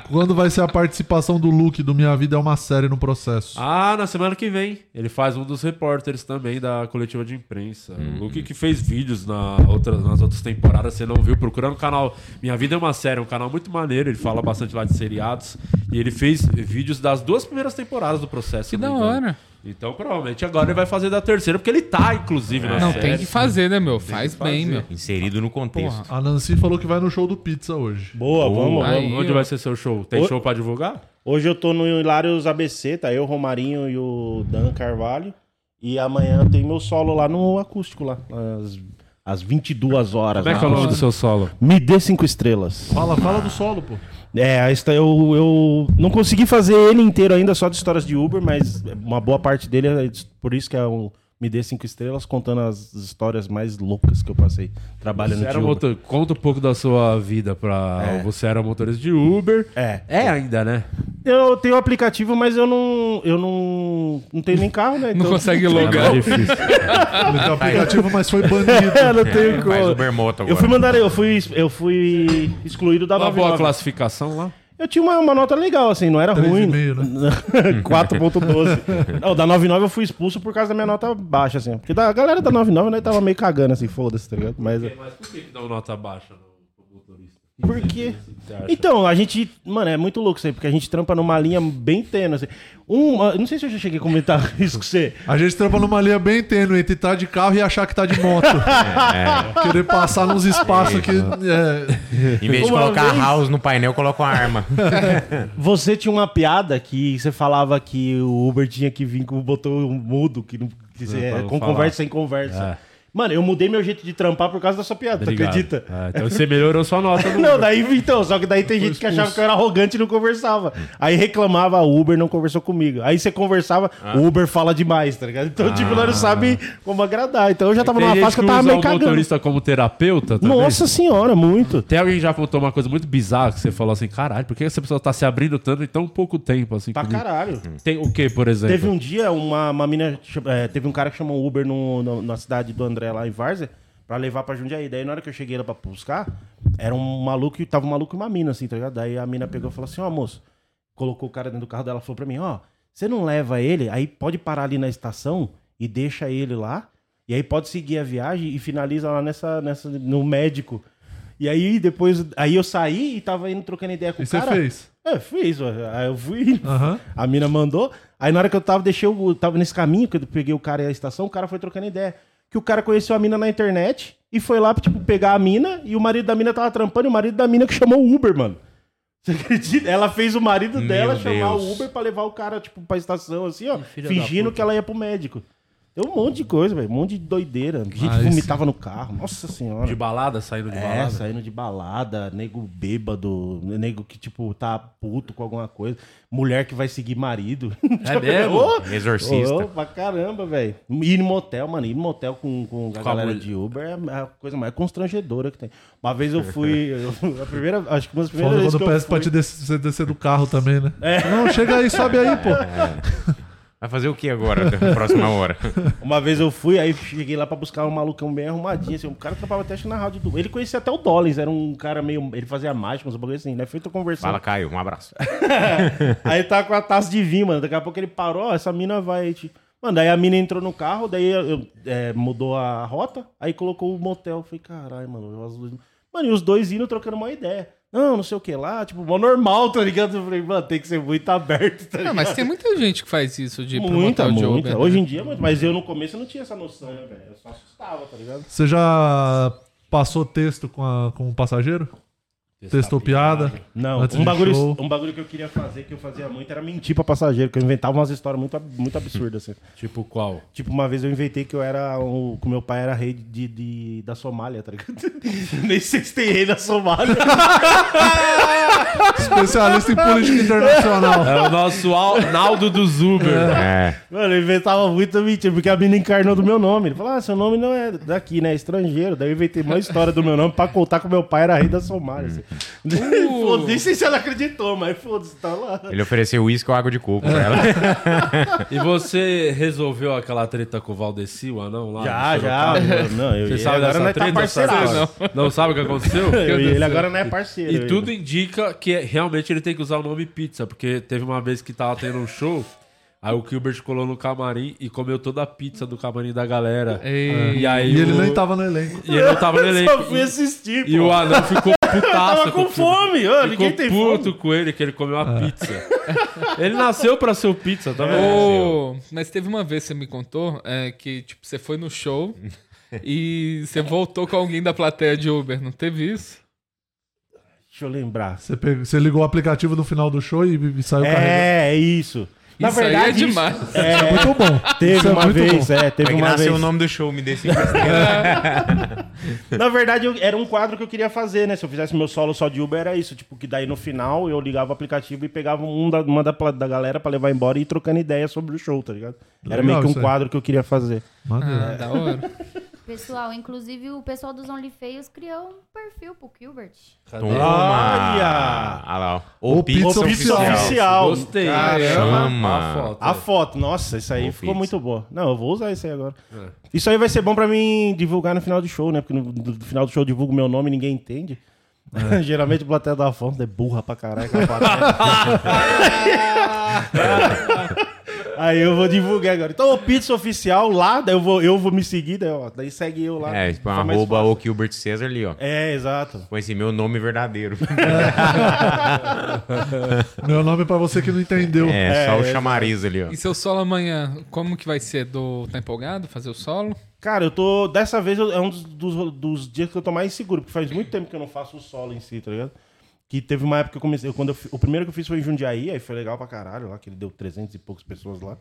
quando vai ser a participação do Luke do Minha Vida é uma série no processo. Ah, na semana que vem. Ele faz um dos repórteres também da coletiva de imprensa. O Uhum. Luke que fez vídeos na outra- nas outras temporadas, você não viu. Procurando o canal Minha Vida é uma Série, é um canal muito maneiro. Ele fala bastante lá de seriados. E ele fez vídeos das duas primeiras temporadas do processo. Que da hora. Então, provavelmente agora ele vai fazer da terceira, porque ele tá, inclusive, na Não, série. tem que fazer, né, meu? Faz que fazer. bem, meu. Inserido no contexto. A Nancy falou que vai no show do Pizza hoje. Boa, vamos, Aí, vamos. Onde vai ser seu show? Tem show pra divulgar? Hoje eu tô no Hilários ABC, tá? Eu, Romarinho e o Dan Carvalho. E amanhã tem meu solo lá no acústico, lá. Às, às 22 horas. Como é que é o nome do seu solo? Me dê cinco estrelas. Fala, fala do solo, pô. É, esta eu, eu não consegui fazer ele inteiro ainda, só de histórias de Uber, mas uma boa parte dele é de- por isso que é o Me Dê Cinco Estrelas, contando as histórias mais loucas que eu passei trabalhando Você de era Uber. motor- Conta um pouco da sua vida pra. Você era motorista de Uber. É. É ainda, né? Eu tenho um aplicativo, mas eu não. Eu não. Não tenho nem carro, né? Então- É mais difícil. Ah, Ele tem aplicativo, mas foi banido. É, não tenho como. Faz Ubermoto Eu agora. fui mandar, eu fui, eu fui excluído da Uma 99. boa classificação lá. Eu tinha uma, uma nota legal, assim, não era ruim. né? 4.12. Não, da 99 eu fui expulso por causa da minha nota baixa, assim. Porque da, a galera da 99 nós tava meio cagando, assim, foda-se, tá ligado? Mas. Mas por que, dá uma nota baixa Por quê? Então, a gente. Mano, é muito louco isso aí, porque a gente trampa numa linha bem tênue, assim. Um, eu não sei se eu já cheguei a comentar isso com você. A gente trampa numa linha bem tênue entre tá de carro e achar que tá de moto. É. Querer passar nos espaços que. é. Em vez de Uma colocar vez- house no painel, coloca uma arma. Você tinha uma piada que você falava que o Uber tinha que vir com o botão mudo, que, não, que você- pra não com falar. conversa sem conversa. É. Mano, eu mudei meu jeito de trampar por causa da sua piada, tu Obrigado. acredita? É, Ah, então você melhorou sua nota. no Não, Uber. daí então, só que daí tem gente que achava que eu era arrogante e não conversava. Aí reclamava, o Uber não conversou comigo. Aí você conversava, Ah. o Uber fala demais, tá ligado? Então, tipo, nós não sabe como agradar. Então eu já tava Tem numa gente fase que eu que tava usa meio o cagando. motorista como terapeuta também? Nossa senhora, muito. Tem alguém que já apontou uma coisa muito bizarra que você falou assim, caralho, por que essa pessoa tá se abrindo tanto em tão pouco tempo assim? Pra caralho. Tem o que, por exemplo? Teve um dia, uma, uma mina. cha- eh, teve um cara que chamou um Uber no, no- na cidade do André, lá em Várzea, pra levar pra Jundiaí. Daí na hora que eu cheguei lá pra buscar, era um maluco, e tava um maluco e uma mina, assim, tá ligado? Daí a mina pegou e falou assim: ó, moço, colocou o cara dentro do carro dela, falou pra mim: ó, você não leva ele, aí pode parar ali na estação e deixa ele lá, e aí pode seguir a viagem e finaliza lá nessa, nessa, no médico. E aí depois, aí eu saí e tava indo trocando ideia com E o você cara. fez? É, fiz, ué. Aí eu fui. A mina mandou. Aí na hora que eu tava, deixei o. Tava nesse caminho, que eu peguei o cara e a estação, o cara foi trocando ideia. Que o cara conheceu a mina na internet e foi lá, tipo, pegar a mina, e o marido da mina tava trampando, e o marido da mina que chamou o Uber, mano. Você acredita? Ela fez o marido Meu dela chamar Deus. o Uber pra levar o cara, tipo, pra estação, assim, ó, da fingindo que ela ia pro médico. Deu um monte de coisa, velho. Um monte de doideira. Gente Mas- que vomitava no carro. Nossa senhora. De balada, saindo de É, balada? saindo de balada, nego bêbado, nego que, tipo, tá puto com alguma coisa, mulher que vai seguir marido. É mesmo? Exorcista. Ô, pra caramba, velho. Ir no motel, mano, ir no motel com, com a Com a galera mulher. de Uber é a coisa mais constrangedora que tem. Uma vez eu fui, eu- a primeira, acho que uma das primeiras Foda vezes quando que eu peço fui... pra te descer, você descer do carro também, né? É. Não, chega aí, sobe aí, pô. É. Vai fazer o que agora, na próxima hora? Uma vez eu fui, aí cheguei lá pra buscar um malucão bem arrumadinho, assim, um cara que trabalhava até acho que na rádio do... Ele conhecia até o Dollins, era um cara meio... Ele fazia mágica, uns bagulho assim, né? Feito conversando. Fala, Caio, um abraço. Aí tá com a taça de vinho, mano. Daqui a pouco ele parou, ó, essa mina vai. te- Mano, daí a mina entrou no carro, daí eu- é, mudou a rota, aí colocou o motel. Falei, caralho, mano, eu- as luzes- Mano, e os dois indo trocando uma ideia. Não, não sei o que lá, tipo, mó normal, tá ligado? Eu falei, mano, tem que ser muito aberto, tá ligado? Não, mas tem muita gente que faz isso de Muita, promotar o jogo. é muita. É. Hoje em dia, muito. Mas eu no começo não tinha essa noção, né, velho? Eu só assustava, tá ligado? Você já passou texto com, a, com o passageiro? Testou piada? Não, antes um de bagulho, show? um bagulho que eu queria fazer, que eu fazia muito, era mentir pra passageiro, que eu inventava umas histórias muito, ab- muito absurdas, assim. Tipo qual? Tipo, uma vez eu inventei que eu era o. que meu pai era rei de, de- da Somália, tá ligado? Nem sei se tem rei da Somália. Especialista em política internacional. É o nosso Al- Naldo dos Uber. É. Mano, eu inventava muita mentira, porque a mina encarnou do meu nome. Ele falou: Ah, seu nome não é daqui, né? É estrangeiro. Daí eu inventei uma história do meu nome pra contar que meu pai era rei da Somália. Assim. Foda-se, nem sei se ela acreditou, mas foda-se, tá lá. Ele ofereceu uísque ou água de coco É. pra ela. E você resolveu aquela treta com o Valdeci, o anão lá? Já, no já. Sorocaba? Não, eu e Você ele sabe agora dessa nós tá treta? parceiraço. Sabe? Não. não sabe o que aconteceu? Eu e ele agora não é parceiro, E eu e tudo indica que realmente ele tem que usar o nome pizza, porque teve uma vez que tava tendo um show. Aí o Gilbert colou no camarim e comeu toda a pizza do camarim da galera. Ei. aí E ele o- nem tava no elenco. E ele não tava no Eu só elenco. fui E- assistir, E pô. o anão ficou putaço. Eu tava com tudo. fome, ó, ninguém tem Ficou puto com ele que ele comeu Ah. a pizza. ele nasceu pra ser o pizza, tá vendo? É. Ô, mas teve uma vez que você me contou é, que tipo, você foi no show e você voltou com alguém da plateia de Uber, não teve isso? Deixa eu lembrar. Você, pegou- você ligou o aplicativo no final do show e, e saiu É, carregando. é isso. Na Isso aí é verdade, demais. isso- É, Isso é muito bom. Teve Isso é uma muito vez, bom. é, teve Vai que uma nasceu vez. o nome do show, me desse Na verdade, eu- era um quadro que eu queria fazer, né? Se eu fizesse meu solo só de Uber, era isso. Tipo, que daí no final eu ligava o aplicativo e pegava um da- uma da, pla- da galera pra levar embora e ir trocando ideia sobre o show, tá ligado? Era Legal meio que um isso aí. quadro que eu queria fazer. Maneiro. Ah, da hora. Pessoal, inclusive o pessoal dos Only Feios criou um perfil pro Gilbert. Toma! Olha! Olha lá, ó. O pizza oficial. Gostei. Caramba. Chama. A foto. é. A foto. Nossa, isso aí O ficou pizza. muito boa. Não, eu vou usar isso aí agora. É. Isso aí vai ser bom pra mim divulgar no final do show, né? Porque no, no final do show eu divulgo meu nome e ninguém entende. Geralmente o plateia da Afonso é burra pra caralho. aquela plateia. Aí eu vou divulgar agora. Então, o pizza oficial lá, daí eu vou, eu vou me seguir, daí, ó, daí segue eu lá. É, tipo, Fica mais arroba o Gilbert César ali, ó. É, exato. Conheci meu nome verdadeiro. Meu nome é pra você que não entendeu. É, só o chamariz ali, ó. E seu solo amanhã, como que vai ser? Do... Tá empolgado fazer o solo? Cara, eu tô. Dessa vez eu- é um dos, dos- dos dias que eu tô mais seguro, porque faz muito tempo que eu não faço o solo em si, tá ligado? Que teve uma época que eu comecei. eu- quando eu fi- o primeiro que eu fiz foi em Jundiaí, aí foi legal pra caralho lá, que ele deu 300 e poucas pessoas lá.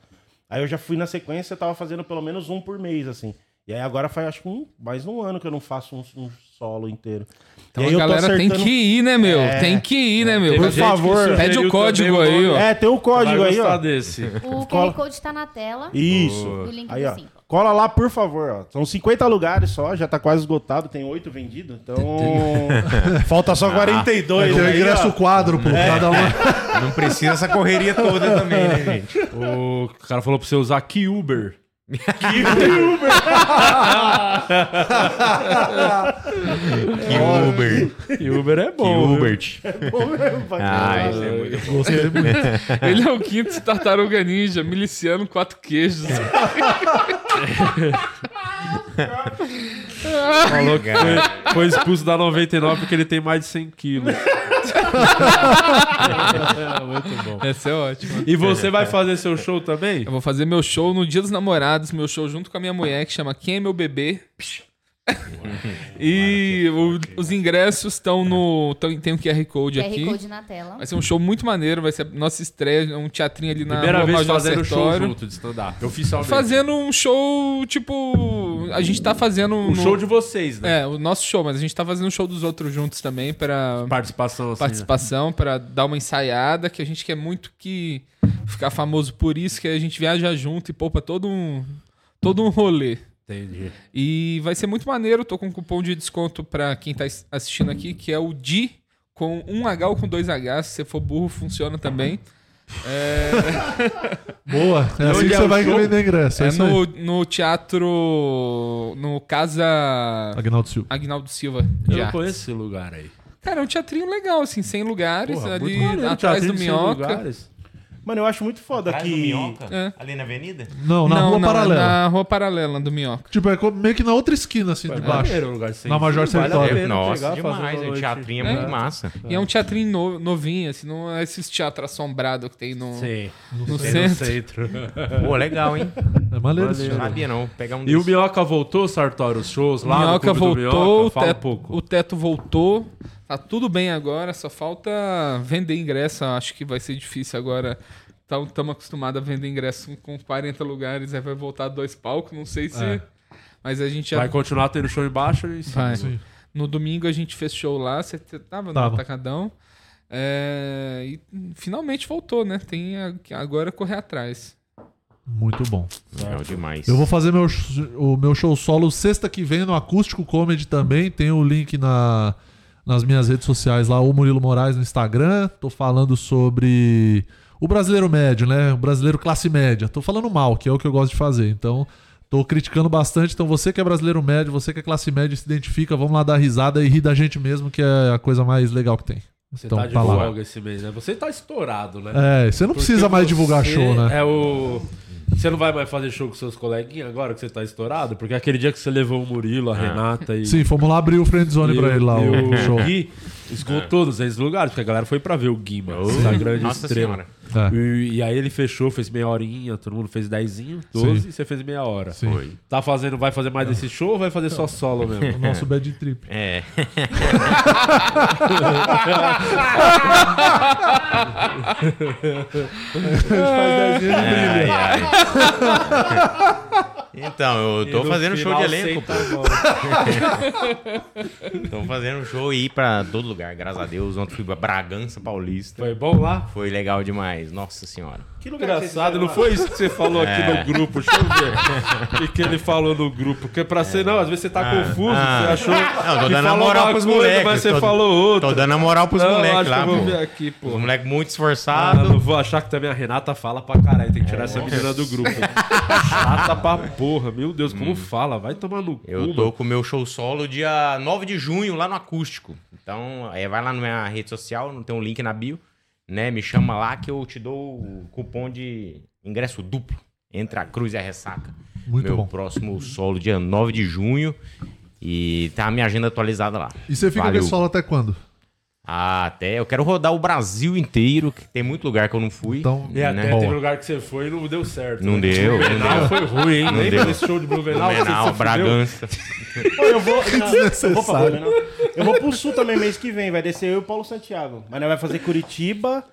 Aí eu já fui na sequência, eu tava fazendo pelo menos um por mês, assim. E aí agora faz acho que um, mais um ano que eu não faço um, um solo inteiro. Então e aí a eu tô galera tem acertando- É. que ir, né, meu? Tem que ir, né, meu? Por Tem gente que favor. sugeriu Pede o código também o aí, nome. ó. É, tem o código Vai aí, gostar ó. desse. O QR Cola- Code tá na tela. Isso. Do link Aí, do ó. Simpla. Cola lá, por favor. Ó. São 50 lugares só, já tá quase esgotado, tem 8 vendidos, então. Falta Ah, só 42. Tem o aí, é ingresso ó. É. quádruplo, cada um. uma. Não precisa essa correria toda também, né, gente? O cara falou pra você usar que Uber. Que Uber. Que Uber é bom. Que viu? Ubert. É bom mesmo, vai. Ah, isso é muito bom. Gostei muito. Ele é o quinto tartaruga ninja, miliciano, quatro queijos. Falou que foi, foi expulso da 99 porque ele tem mais de 100 quilos. Muito bom. Essa é ótima. E você vai fazer seu show também? Eu vou fazer meu show no Dia dos Namorados, meu show junto com a minha mulher, que chama Quem é Meu Bebê? e o- os ingressos estão no. tão- tem o QR Code QR aqui. Code na tela. Vai ser um show muito maneiro, vai ser a nossa estreia, um teatrinho ali na Primeira Rua vez Major fazendo show Sertório. junto de stand-up. Oficialmente. Fazendo um show, tipo. A gente tá fazendo. Um show de vocês, né? É, o nosso show, mas a gente tá fazendo um show dos outros juntos também para Participação, assim, Participação, pra dar uma ensaiada, que a gente quer muito que ficar famoso por isso, que a gente viaja junto e poupa todo um. todo um rolê. Entendi. E vai ser muito maneiro, tô com um cupom de desconto pra quem tá as- assistindo aqui, que é o DI com um H ou com dois H, se você for burro, funciona também. É... Boa, é assim que você vai vender ingresso, é É isso aí. no, no teatro. No Casa. Agnaldo Silva. Agnaldo Silva. Eu de não Artes. conheço esse lugar aí. Cara, é um teatrinho legal, assim, sem lugares, Porra, muito ali maneiro, atrás do teatrinho sem Minhoca. lugares. Mano, eu acho muito foda Atrás do que. Minhoca? Ali na avenida? É. Não, na rua paralela. é Na rua paralela do Minhoca. Tipo, é co- meio que na outra esquina, assim, é de baixo. um na Major Sertório. é muito massa. E é um teatrinho no- novinho, assim, não é esses teatro assombrado que tem no, Sim. no Tem no centro. centro. Pô, legal, hein? É maneiro esse Não sabia, não. Pegar um E o desses. Minhoca voltou, Sartório, os shows lá no minhoca Clube do voltou, Minhoca? o, Fala um teto, pouco. o teto voltou. Tá tudo bem agora, só falta vender ingresso. Acho que vai ser difícil agora. Estamos acostumados a vender ingresso com 40 lugares, aí vai voltar dois palcos, não sei se. É. Mas a gente já. Vai continuar tendo show embaixo e em cima. Vai. Sim. No domingo a gente fez show lá, você t- tava, Tava. no Atacadão. É, E finalmente voltou, né? Tem a- agora é correr atrás. Muito bom. Legal demais. Eu vou fazer meu, sh- o meu show solo sexta que vem no Acústico Comedy também. Tem o link na, nas minhas redes sociais lá, o Murilo Moraes no Instagram. Tô falando sobre o brasileiro médio, né? O brasileiro classe média. Tô falando mal, que é o que eu gosto de fazer. Então, tô criticando bastante. Então, você que é brasileiro médio, você que é classe média, e se identifica, vamos lá dar risada e rir da gente mesmo, que é a coisa mais legal que tem. Então, Você tá de folga esse mês, né? Você tá estourado, né? É, você não precisa mais divulgar você show, né? É o. Você não vai mais fazer show com seus coleguinhas agora que você tá estourado? Porque aquele dia que você levou o Murilo, É. a Ah. Renata e. Sim, fomos lá abrir o friendzone e pra ele lá, e o show. Gui esgotou 200 lugares, porque a galera foi pra ver o Gui, mano. Essa grande Nossa estrela. Senhora. E, e aí ele fechou, fez meia horinha, todo mundo fez dezinho, 12, Sim. e você fez meia hora. Sim. Foi. Tá fazendo, vai fazer mais desse show ou vai fazer só solo mesmo? O nosso bad trip. É. É, Ai, ai. Então, eu E tô no fazendo show de final, tá elenco, senta pô. Tô fazendo show e ir pra todo lugar, graças a Deus. Ontem fui pra Bragança Paulista. Foi bom lá? Foi legal demais, nossa senhora. Que lugar Engraçado, não foi isso que você falou aqui É. no grupo. Deixa eu ver. O que, que ele falou no grupo? Porque pra ser, não, às vezes você tá Ah, confuso, ah. você achou. Não, tô que dando a falou moral uma pros coisa, moleques. Mas você tô- falou outra. Tô dando a moral pros Não, moleques acho lá, que eu vou pô. ver aqui, pô. Os moleques muito esforçados. Ah, não vou achar que também a Renata fala pra caralho. Tem que tirar É. essa menina do grupo. Chata pra porra. Meu Deus, como fala? Vai tomar no cu. Hum. Eu tô mano. com o meu show solo dia 9 de junho, lá no Acústico. Então, é, vai lá na minha rede social, não tem um link na bio, né? Me chama lá que eu te dou o cupom de ingresso duplo entre a cruz e a ressaca. Muito meu bom. próximo solo dia 9 de junho. E tá a minha agenda atualizada lá. E você fica com Valeu. esse solo até quando? Ah, até. Eu quero rodar o Brasil inteiro, que tem muito lugar que eu não fui. Então, E até teve lugar que você foi e não deu certo. Não né? deu, não Blumenau deu. foi ruim, hein? Não Lembra deu. desse show de Blumenau? que você Blumenau, se fudeu? Bragança. Pô, eu vou. não, eu, vou pra Desnecessário. Blumenau. eu vou pro sul também mês que vem. Vai descer eu e o Paulo Santiago. Mas nós vai fazer Curitiba,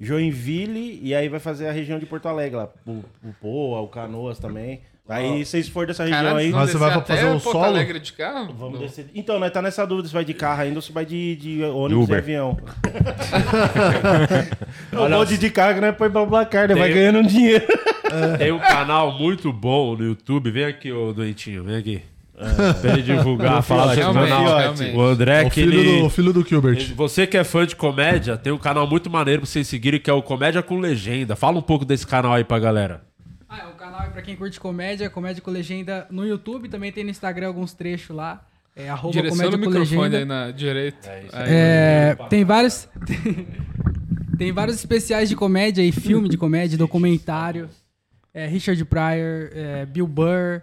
Joinville e aí vai fazer a região de Porto Alegre lá. O, o Poa, o Canoas também. Aí, se vocês forem dessa região Caralho, vocês aí. vão Mas você vai descer fazer um até o Porto solo? Alegre de carro? Vamos Não. descer. Então, nós tá nessa dúvida se vai de carro ainda ou se vai de, de ônibus Uber. e avião. o Olha, bonde de carro, né? Põe pra placar, né? Vai Tem- ganhando um dinheiro. Tem um canal muito bom no YouTube. Vem aqui, ô doentinho, vem aqui. Pra ele divulgar, É Meu falar desse filhote, canal. meu filhote. O André O que filho ele- do- o filho do Gilbert. ele- Você que é fã de comédia, tem um canal muito maneiro pra vocês seguirem, que é o Comédia com Legenda. Fala um pouco desse canal aí pra galera. Ah, é um canal pra quem curte comédia, comédia com legenda no YouTube, também tem no Instagram alguns trechos lá. É arroba Direciona comédia o com microfone legenda. aí na direita. Aí. É, tem vários. tem vários especiais de comédia e filme de comédia, documentário. É, Richard Pryor, é, Bill Burr,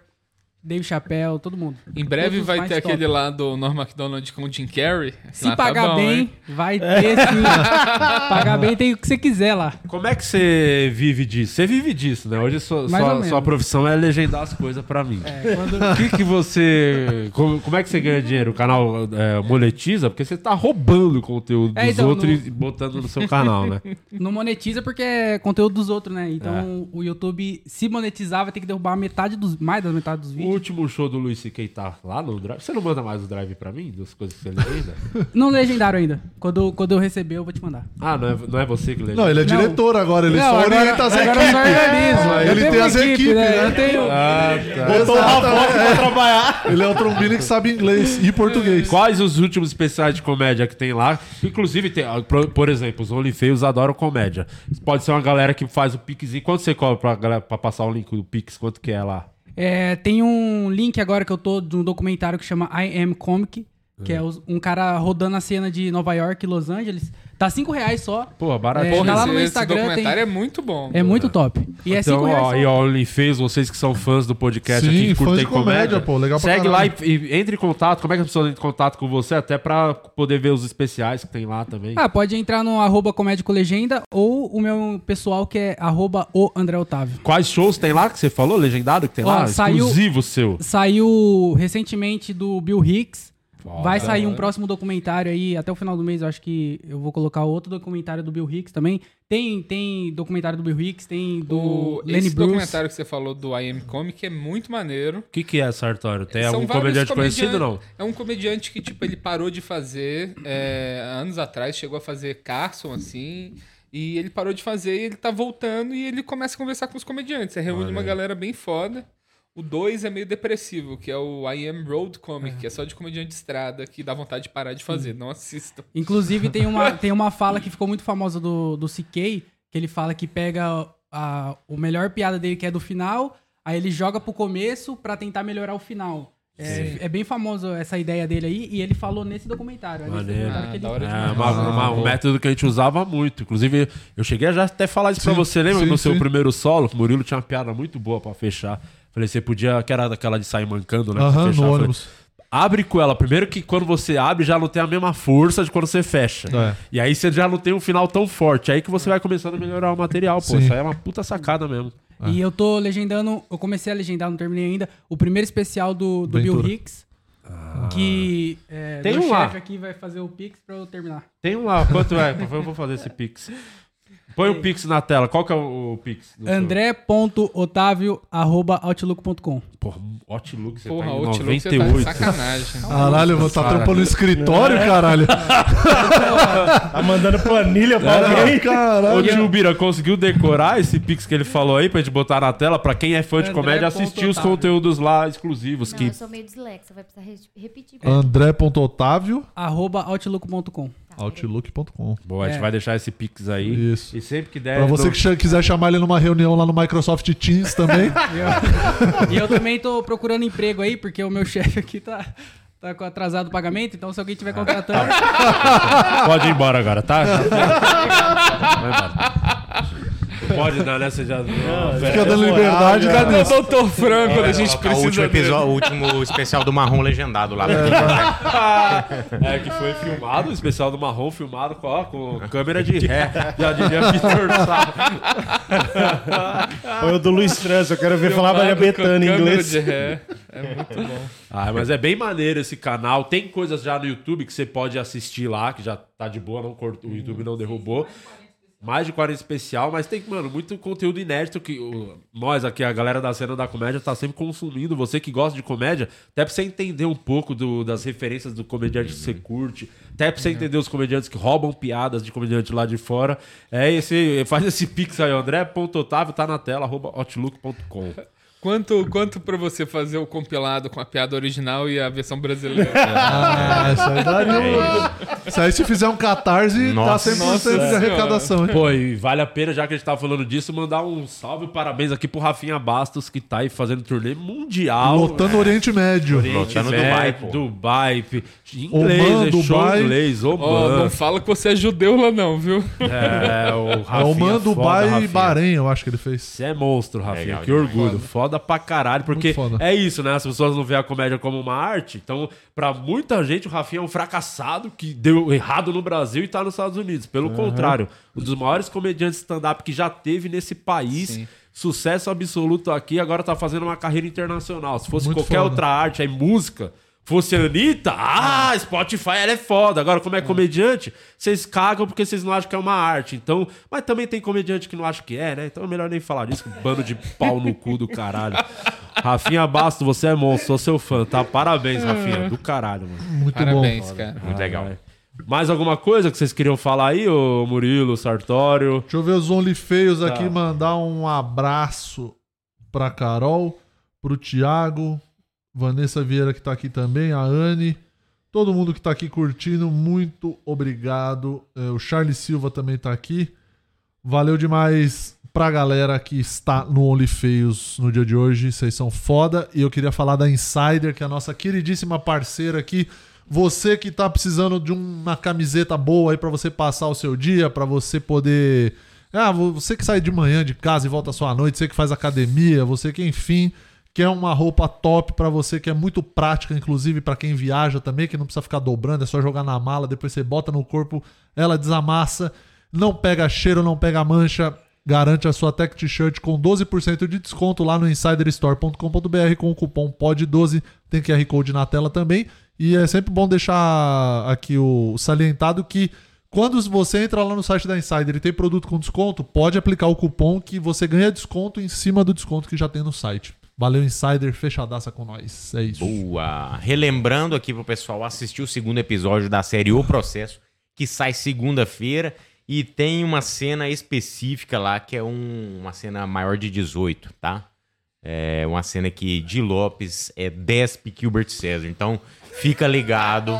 Dave Chappelle, todo mundo. Em breve Todos os vai mais ter top. aquele lá do Norm MacDonald com o Jim Carrey. tá Se Ah, tá pagar bem, vai ter sim. pagar bem tem o que você quiser lá. Como é que você vive disso? Você vive disso, né? Hoje sua, Mais sua- ou menos. sua profissão é legendar as coisas pra mim. É, O que, que você. Como, como é que você ganha dinheiro? O canal é, monetiza? Porque você tá roubando o conteúdo dos É, então, outros no- e botando no seu canal, né? Não monetiza porque é conteúdo dos outros, né? É. Então o YouTube, se monetizar, vai ter que derrubar metade dos. Mais da metade dos O vídeos. último show do Luiz C.K. tá lá no Drive. Você não manda mais o Drive pra mim? Das coisas que você legenda? Não legendaram ainda. Quando, quando eu receber, eu vou te mandar. ah, não é, não é você que legenda? Não, ele é diretor agora, ele tá Não, só agora- orienta as agora eu equipes. só organizo. Ah, Ele Eu tem tenho as equipe, equipes, né? né? Eu tenho- Ah, tá. Botou o Raposo pra trabalhar. Ele é o trombino que sabe inglês e português. Quais os últimos especiais de comédia que tem lá? Inclusive, tem, ah, por, por exemplo, os OnlyFeios adoram comédia. Pode ser uma galera que faz o piquezinho. Quanto você cobra pra, galera, pra passar o link do Pix? Quanto que é lá? É, tem um link agora que eu tô de um documentário que chama I Am Comic. Que Hum. é os- um cara rodando a cena de Nova York e Los Angeles. Tá 5 reais só. Pô, baratinho. É, tá lá no Esse- meu esse Instagram. tem- documentário é muito bom. É muito top. E é 5 então, reais ó, só. e ó, OnlyFans, vocês que são fãs do Sim, podcast aqui, que fãs curtem de comédia, pô, legal pra Segue lá e, caralho. e entre em contato. Como é que as pessoas entram em contato com você? Até pra poder ver os especiais que tem lá também. Ah, pode entrar no arroba comédia com legenda ou o meu pessoal que é arroba o André Otávio. Quais shows tem lá que você falou? Legendado que tem Ó, lá? saiu- Exclusivo seu. Saiu recentemente do Bill Hicks. Foda. Vai sair um próximo documentário aí, até o final do mês, eu acho que eu vou colocar outro documentário do Bill Hicks também. Tem, tem documentário do Bill Hicks, tem do O, Lenny esse Bruce. documentário que você falou do I Am Comic é muito maneiro. O que, que é, Sartório? Tem São algum vários comediante comedian- conhecido ou não? É um comediante que, tipo, ele parou de fazer é, anos atrás, chegou a fazer Carson, assim, e ele parou de fazer e ele tá voltando e ele começa a conversar com os comediantes. Aí reúne Olha uma aí. galera bem foda. O 2 é meio depressivo, que é o I Am Road Comic, que é só de comediante de estrada, que dá vontade de parar de fazer. Não assistam. Inclusive, tem uma, tem uma fala que ficou muito famosa do, do CK, que ele fala que pega a, o melhor piada dele, que é do final, aí ele joga pro começo pra tentar melhorar o final. Sim. É, é bem famoso essa ideia dele aí, e ele falou nesse documentário. é nesse Maneiro. documentário que ele- É, Ah, uma- uma- um método que a gente usava muito. Inclusive, eu cheguei a já até falar isso pra Sim, você. Lembra sim, no seu sim. primeiro solo? que O Murilo tinha uma piada muito boa pra fechar. Falei, você podia. Que era daquela de sair mancando, né? pra Aham, no fechar. Falei, ônibus. Abre com ela. Primeiro que quando você abre, já não tem a mesma força de quando você fecha. É. E aí você já não tem um final tão forte. Aí que você vai começando a melhorar o material, pô. Sim. É. Isso aí é uma puta sacada mesmo. E eu tô legendando, eu comecei a legendar, não terminei ainda, o primeiro especial do, do Bill Ventura. Hicks. Que é, Tem meu um lá. chefe aqui vai fazer o pix pra eu terminar. Tem um lá, quanto é? Eu vou fazer esse pix. Põe o pix na tela. Qual que é o, o pix? do seu? André.otavio.outlook.com Porra, Outlook, você Porra, tá em Outlook, você tá de 98. sacanagem. Caralho, eu vou estar trampando no escritório, caralho. tá mandando planilha pra alguém? Ô tio Bira, conseguiu decorar esse pix que ele falou aí pra gente botar na tela? Pra quem é fã de André comédia, assistir os Otávio. conteúdos lá exclusivos. Não, que... eu sou meio dislexa, vai precisar re- repetir. André.otávio, Arroba outlook.com. outlook.com. Boa, a gente É. vai deixar esse pix aí. Isso. E sempre que der. então, Pra você no- que cha- quiser chamar ele numa reunião lá no Microsoft Teams também. E eu também tô procurando emprego aí, porque o meu chefe aqui tá, tá com atrasado o pagamento, então se alguém tiver contratando. Pode ir embora agora, tá? Vai embora. Não Pode dar, né? Você já. Fica dando liberdade, cadê? Cadê o Dr. Franco É, colocar o último, episódio, o último especial do Marrom legendado lá. É, que foi filmado, o especial do Marrom filmado com, ó, com câmera de ré. Já diria Peter Sá. Foi o do Luiz França, eu quero ver falar Filmado Maria com Bethânia é em câmera inglês. de ré. É muito bom. Ah, mas é bem maneiro esse canal. Tem coisas já no YouTube que você pode assistir lá, que já tá de boa, não cortou, o YouTube não derrubou. Mais de 40 especial, mas tem, mano, muito conteúdo inédito que o- nós aqui, a galera da cena da comédia, tá sempre consumindo. Você que gosta de comédia, até pra você entender um pouco do- das referências do comediante que você curte, até pra você entender os comediantes que roubam piadas de comediante lá de fora. É esse, faz esse pix aí, André.otávio, tá na tela, arroba outlook.com. Quanto, quanto pra você fazer o compilado com a piada original e a versão brasileira? Ah, isso aí daria um- Isso aí se fizer um catarse, tá 100% de arrecadação. hein? Pô, e vale a pena, já que a gente tava falando disso, mandar um salve e parabéns aqui pro Rafinha Bastos, que tá aí fazendo turnê mundial. Lotando o Oriente Médio. Lotando Dubai, pô. Dubai, p- inglês, Oman, é show Dubai. inglês, Oman. Ó, não fala que você é judeu lá não, viu? É, o Rafinha Oman, foda, Dubai e Rafinha. Bahrein, eu acho que ele fez. Você é monstro, Rafinha. Legal que demais. orgulho. Foda. Foda. pra caralho, porque Muito foda. é isso, né? As pessoas não veem a comédia como uma arte. Então, pra muita gente, o Rafinha é um fracassado que deu errado no Brasil e tá nos Estados Unidos. Pelo Aham. contrário, um dos maiores comediantes stand-up que já teve nesse país. Sucesso absoluto aqui, agora tá fazendo uma carreira internacional. Se fosse Muito qualquer foda. outra arte, aí música. Fosse a Anitta, ah, Spotify ela é foda. Agora, como é comediante, vocês cagam porque vocês não acham que é uma arte. Então, mas também tem comediante que não acha que é, né? Então é melhor nem falar disso, que bando de pau no cu do caralho. Rafinha Basto, você é monstro, sou seu fã, tá? Parabéns, Rafinha. Do caralho, mano. Muito Parabéns, bom. cara. Muito legal. Mais alguma coisa que vocês queriam falar aí, ô Murilo, Sartório? Deixa eu ver os Only Feios Tá. aqui, mandar um abraço pra Carol, pro Thiago, Vanessa Vieira que tá aqui também, a Anne, todo mundo que tá aqui curtindo, muito obrigado. É, o Charles Silva também tá aqui. Valeu demais pra galera que está no Only Feios no dia de hoje, vocês são foda. E eu queria falar da Insider, que é a nossa queridíssima parceira aqui, Você que tá precisando de uma camiseta boa aí pra você passar o seu dia, pra você poder. Ah, você que sai de manhã de casa e volta só à noite, você que faz academia, você que, enfim, quer uma roupa top pra você, que é muito prática, inclusive pra quem viaja também, que não precisa ficar dobrando, é só jogar na mala, depois você bota no corpo, ela desamassa, não pega cheiro, não pega mancha. Garante a sua Tech T-shirt com 12% de desconto lá no insiderstore.com.br com o cupom POD12. Tem QR Code na tela também. E é sempre bom deixar aqui o salientado que quando você entra lá no site da Insider e tem produto com desconto, pode aplicar o cupom que você ganha desconto em cima do desconto que já tem no site. Valeu, Insider, fechadaça com nós. É isso. Boa. Relembrando aqui pro pessoal assistir o segundo episódio da série O Processo, que sai segunda-feira e tem uma cena específica lá que é um- uma cena maior de 18, tá? É uma cena que Di Lopes é despe Gilbert César. Então, fica ligado.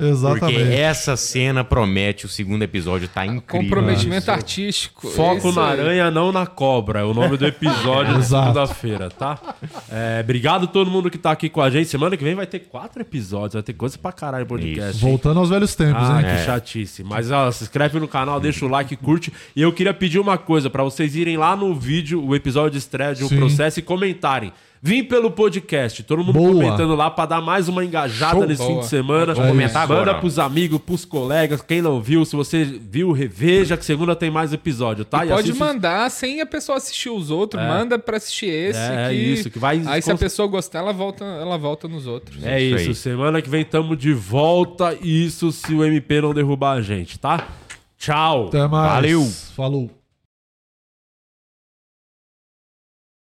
Exatamente. Porque essa cena promete o segundo episódio, tá incrível. Comprometimento artístico. Foco Isso na aí. aranha, não na cobra. É o nome do episódio de Exato. segunda-feira, tá? É, obrigado a todo mundo que tá aqui com a gente. Semana que vem vai ter quatro episódios. Vai ter coisa pra caralho no podcast. hein? Voltando aos velhos tempos, ah, hein? É. que chatice. Mas ó, se inscreve no canal, deixa o like, curte. E eu queria pedir uma coisa pra vocês irem lá no vídeo, o episódio de estreia de um Sim. processo e comentarem. Vim pelo podcast, todo mundo Boa. comentando lá pra dar mais uma engajada Show. nesse Boa. fim de semana. Vamos comentar Manda agora. pros amigos, pros colegas, quem não viu, se você viu, reveja que segunda tem mais episódio, tá? E pode assiste- mandar sem a pessoa assistir os outros, É. manda pra assistir esse. É, que... isso, que vai- Aí se a pessoa gostar, ela volta, ela volta nos outros. É isso, semana que vem tamo de volta. Isso se o MP não derrubar a gente, tá? Tchau. Até mais. Valeu. Falou.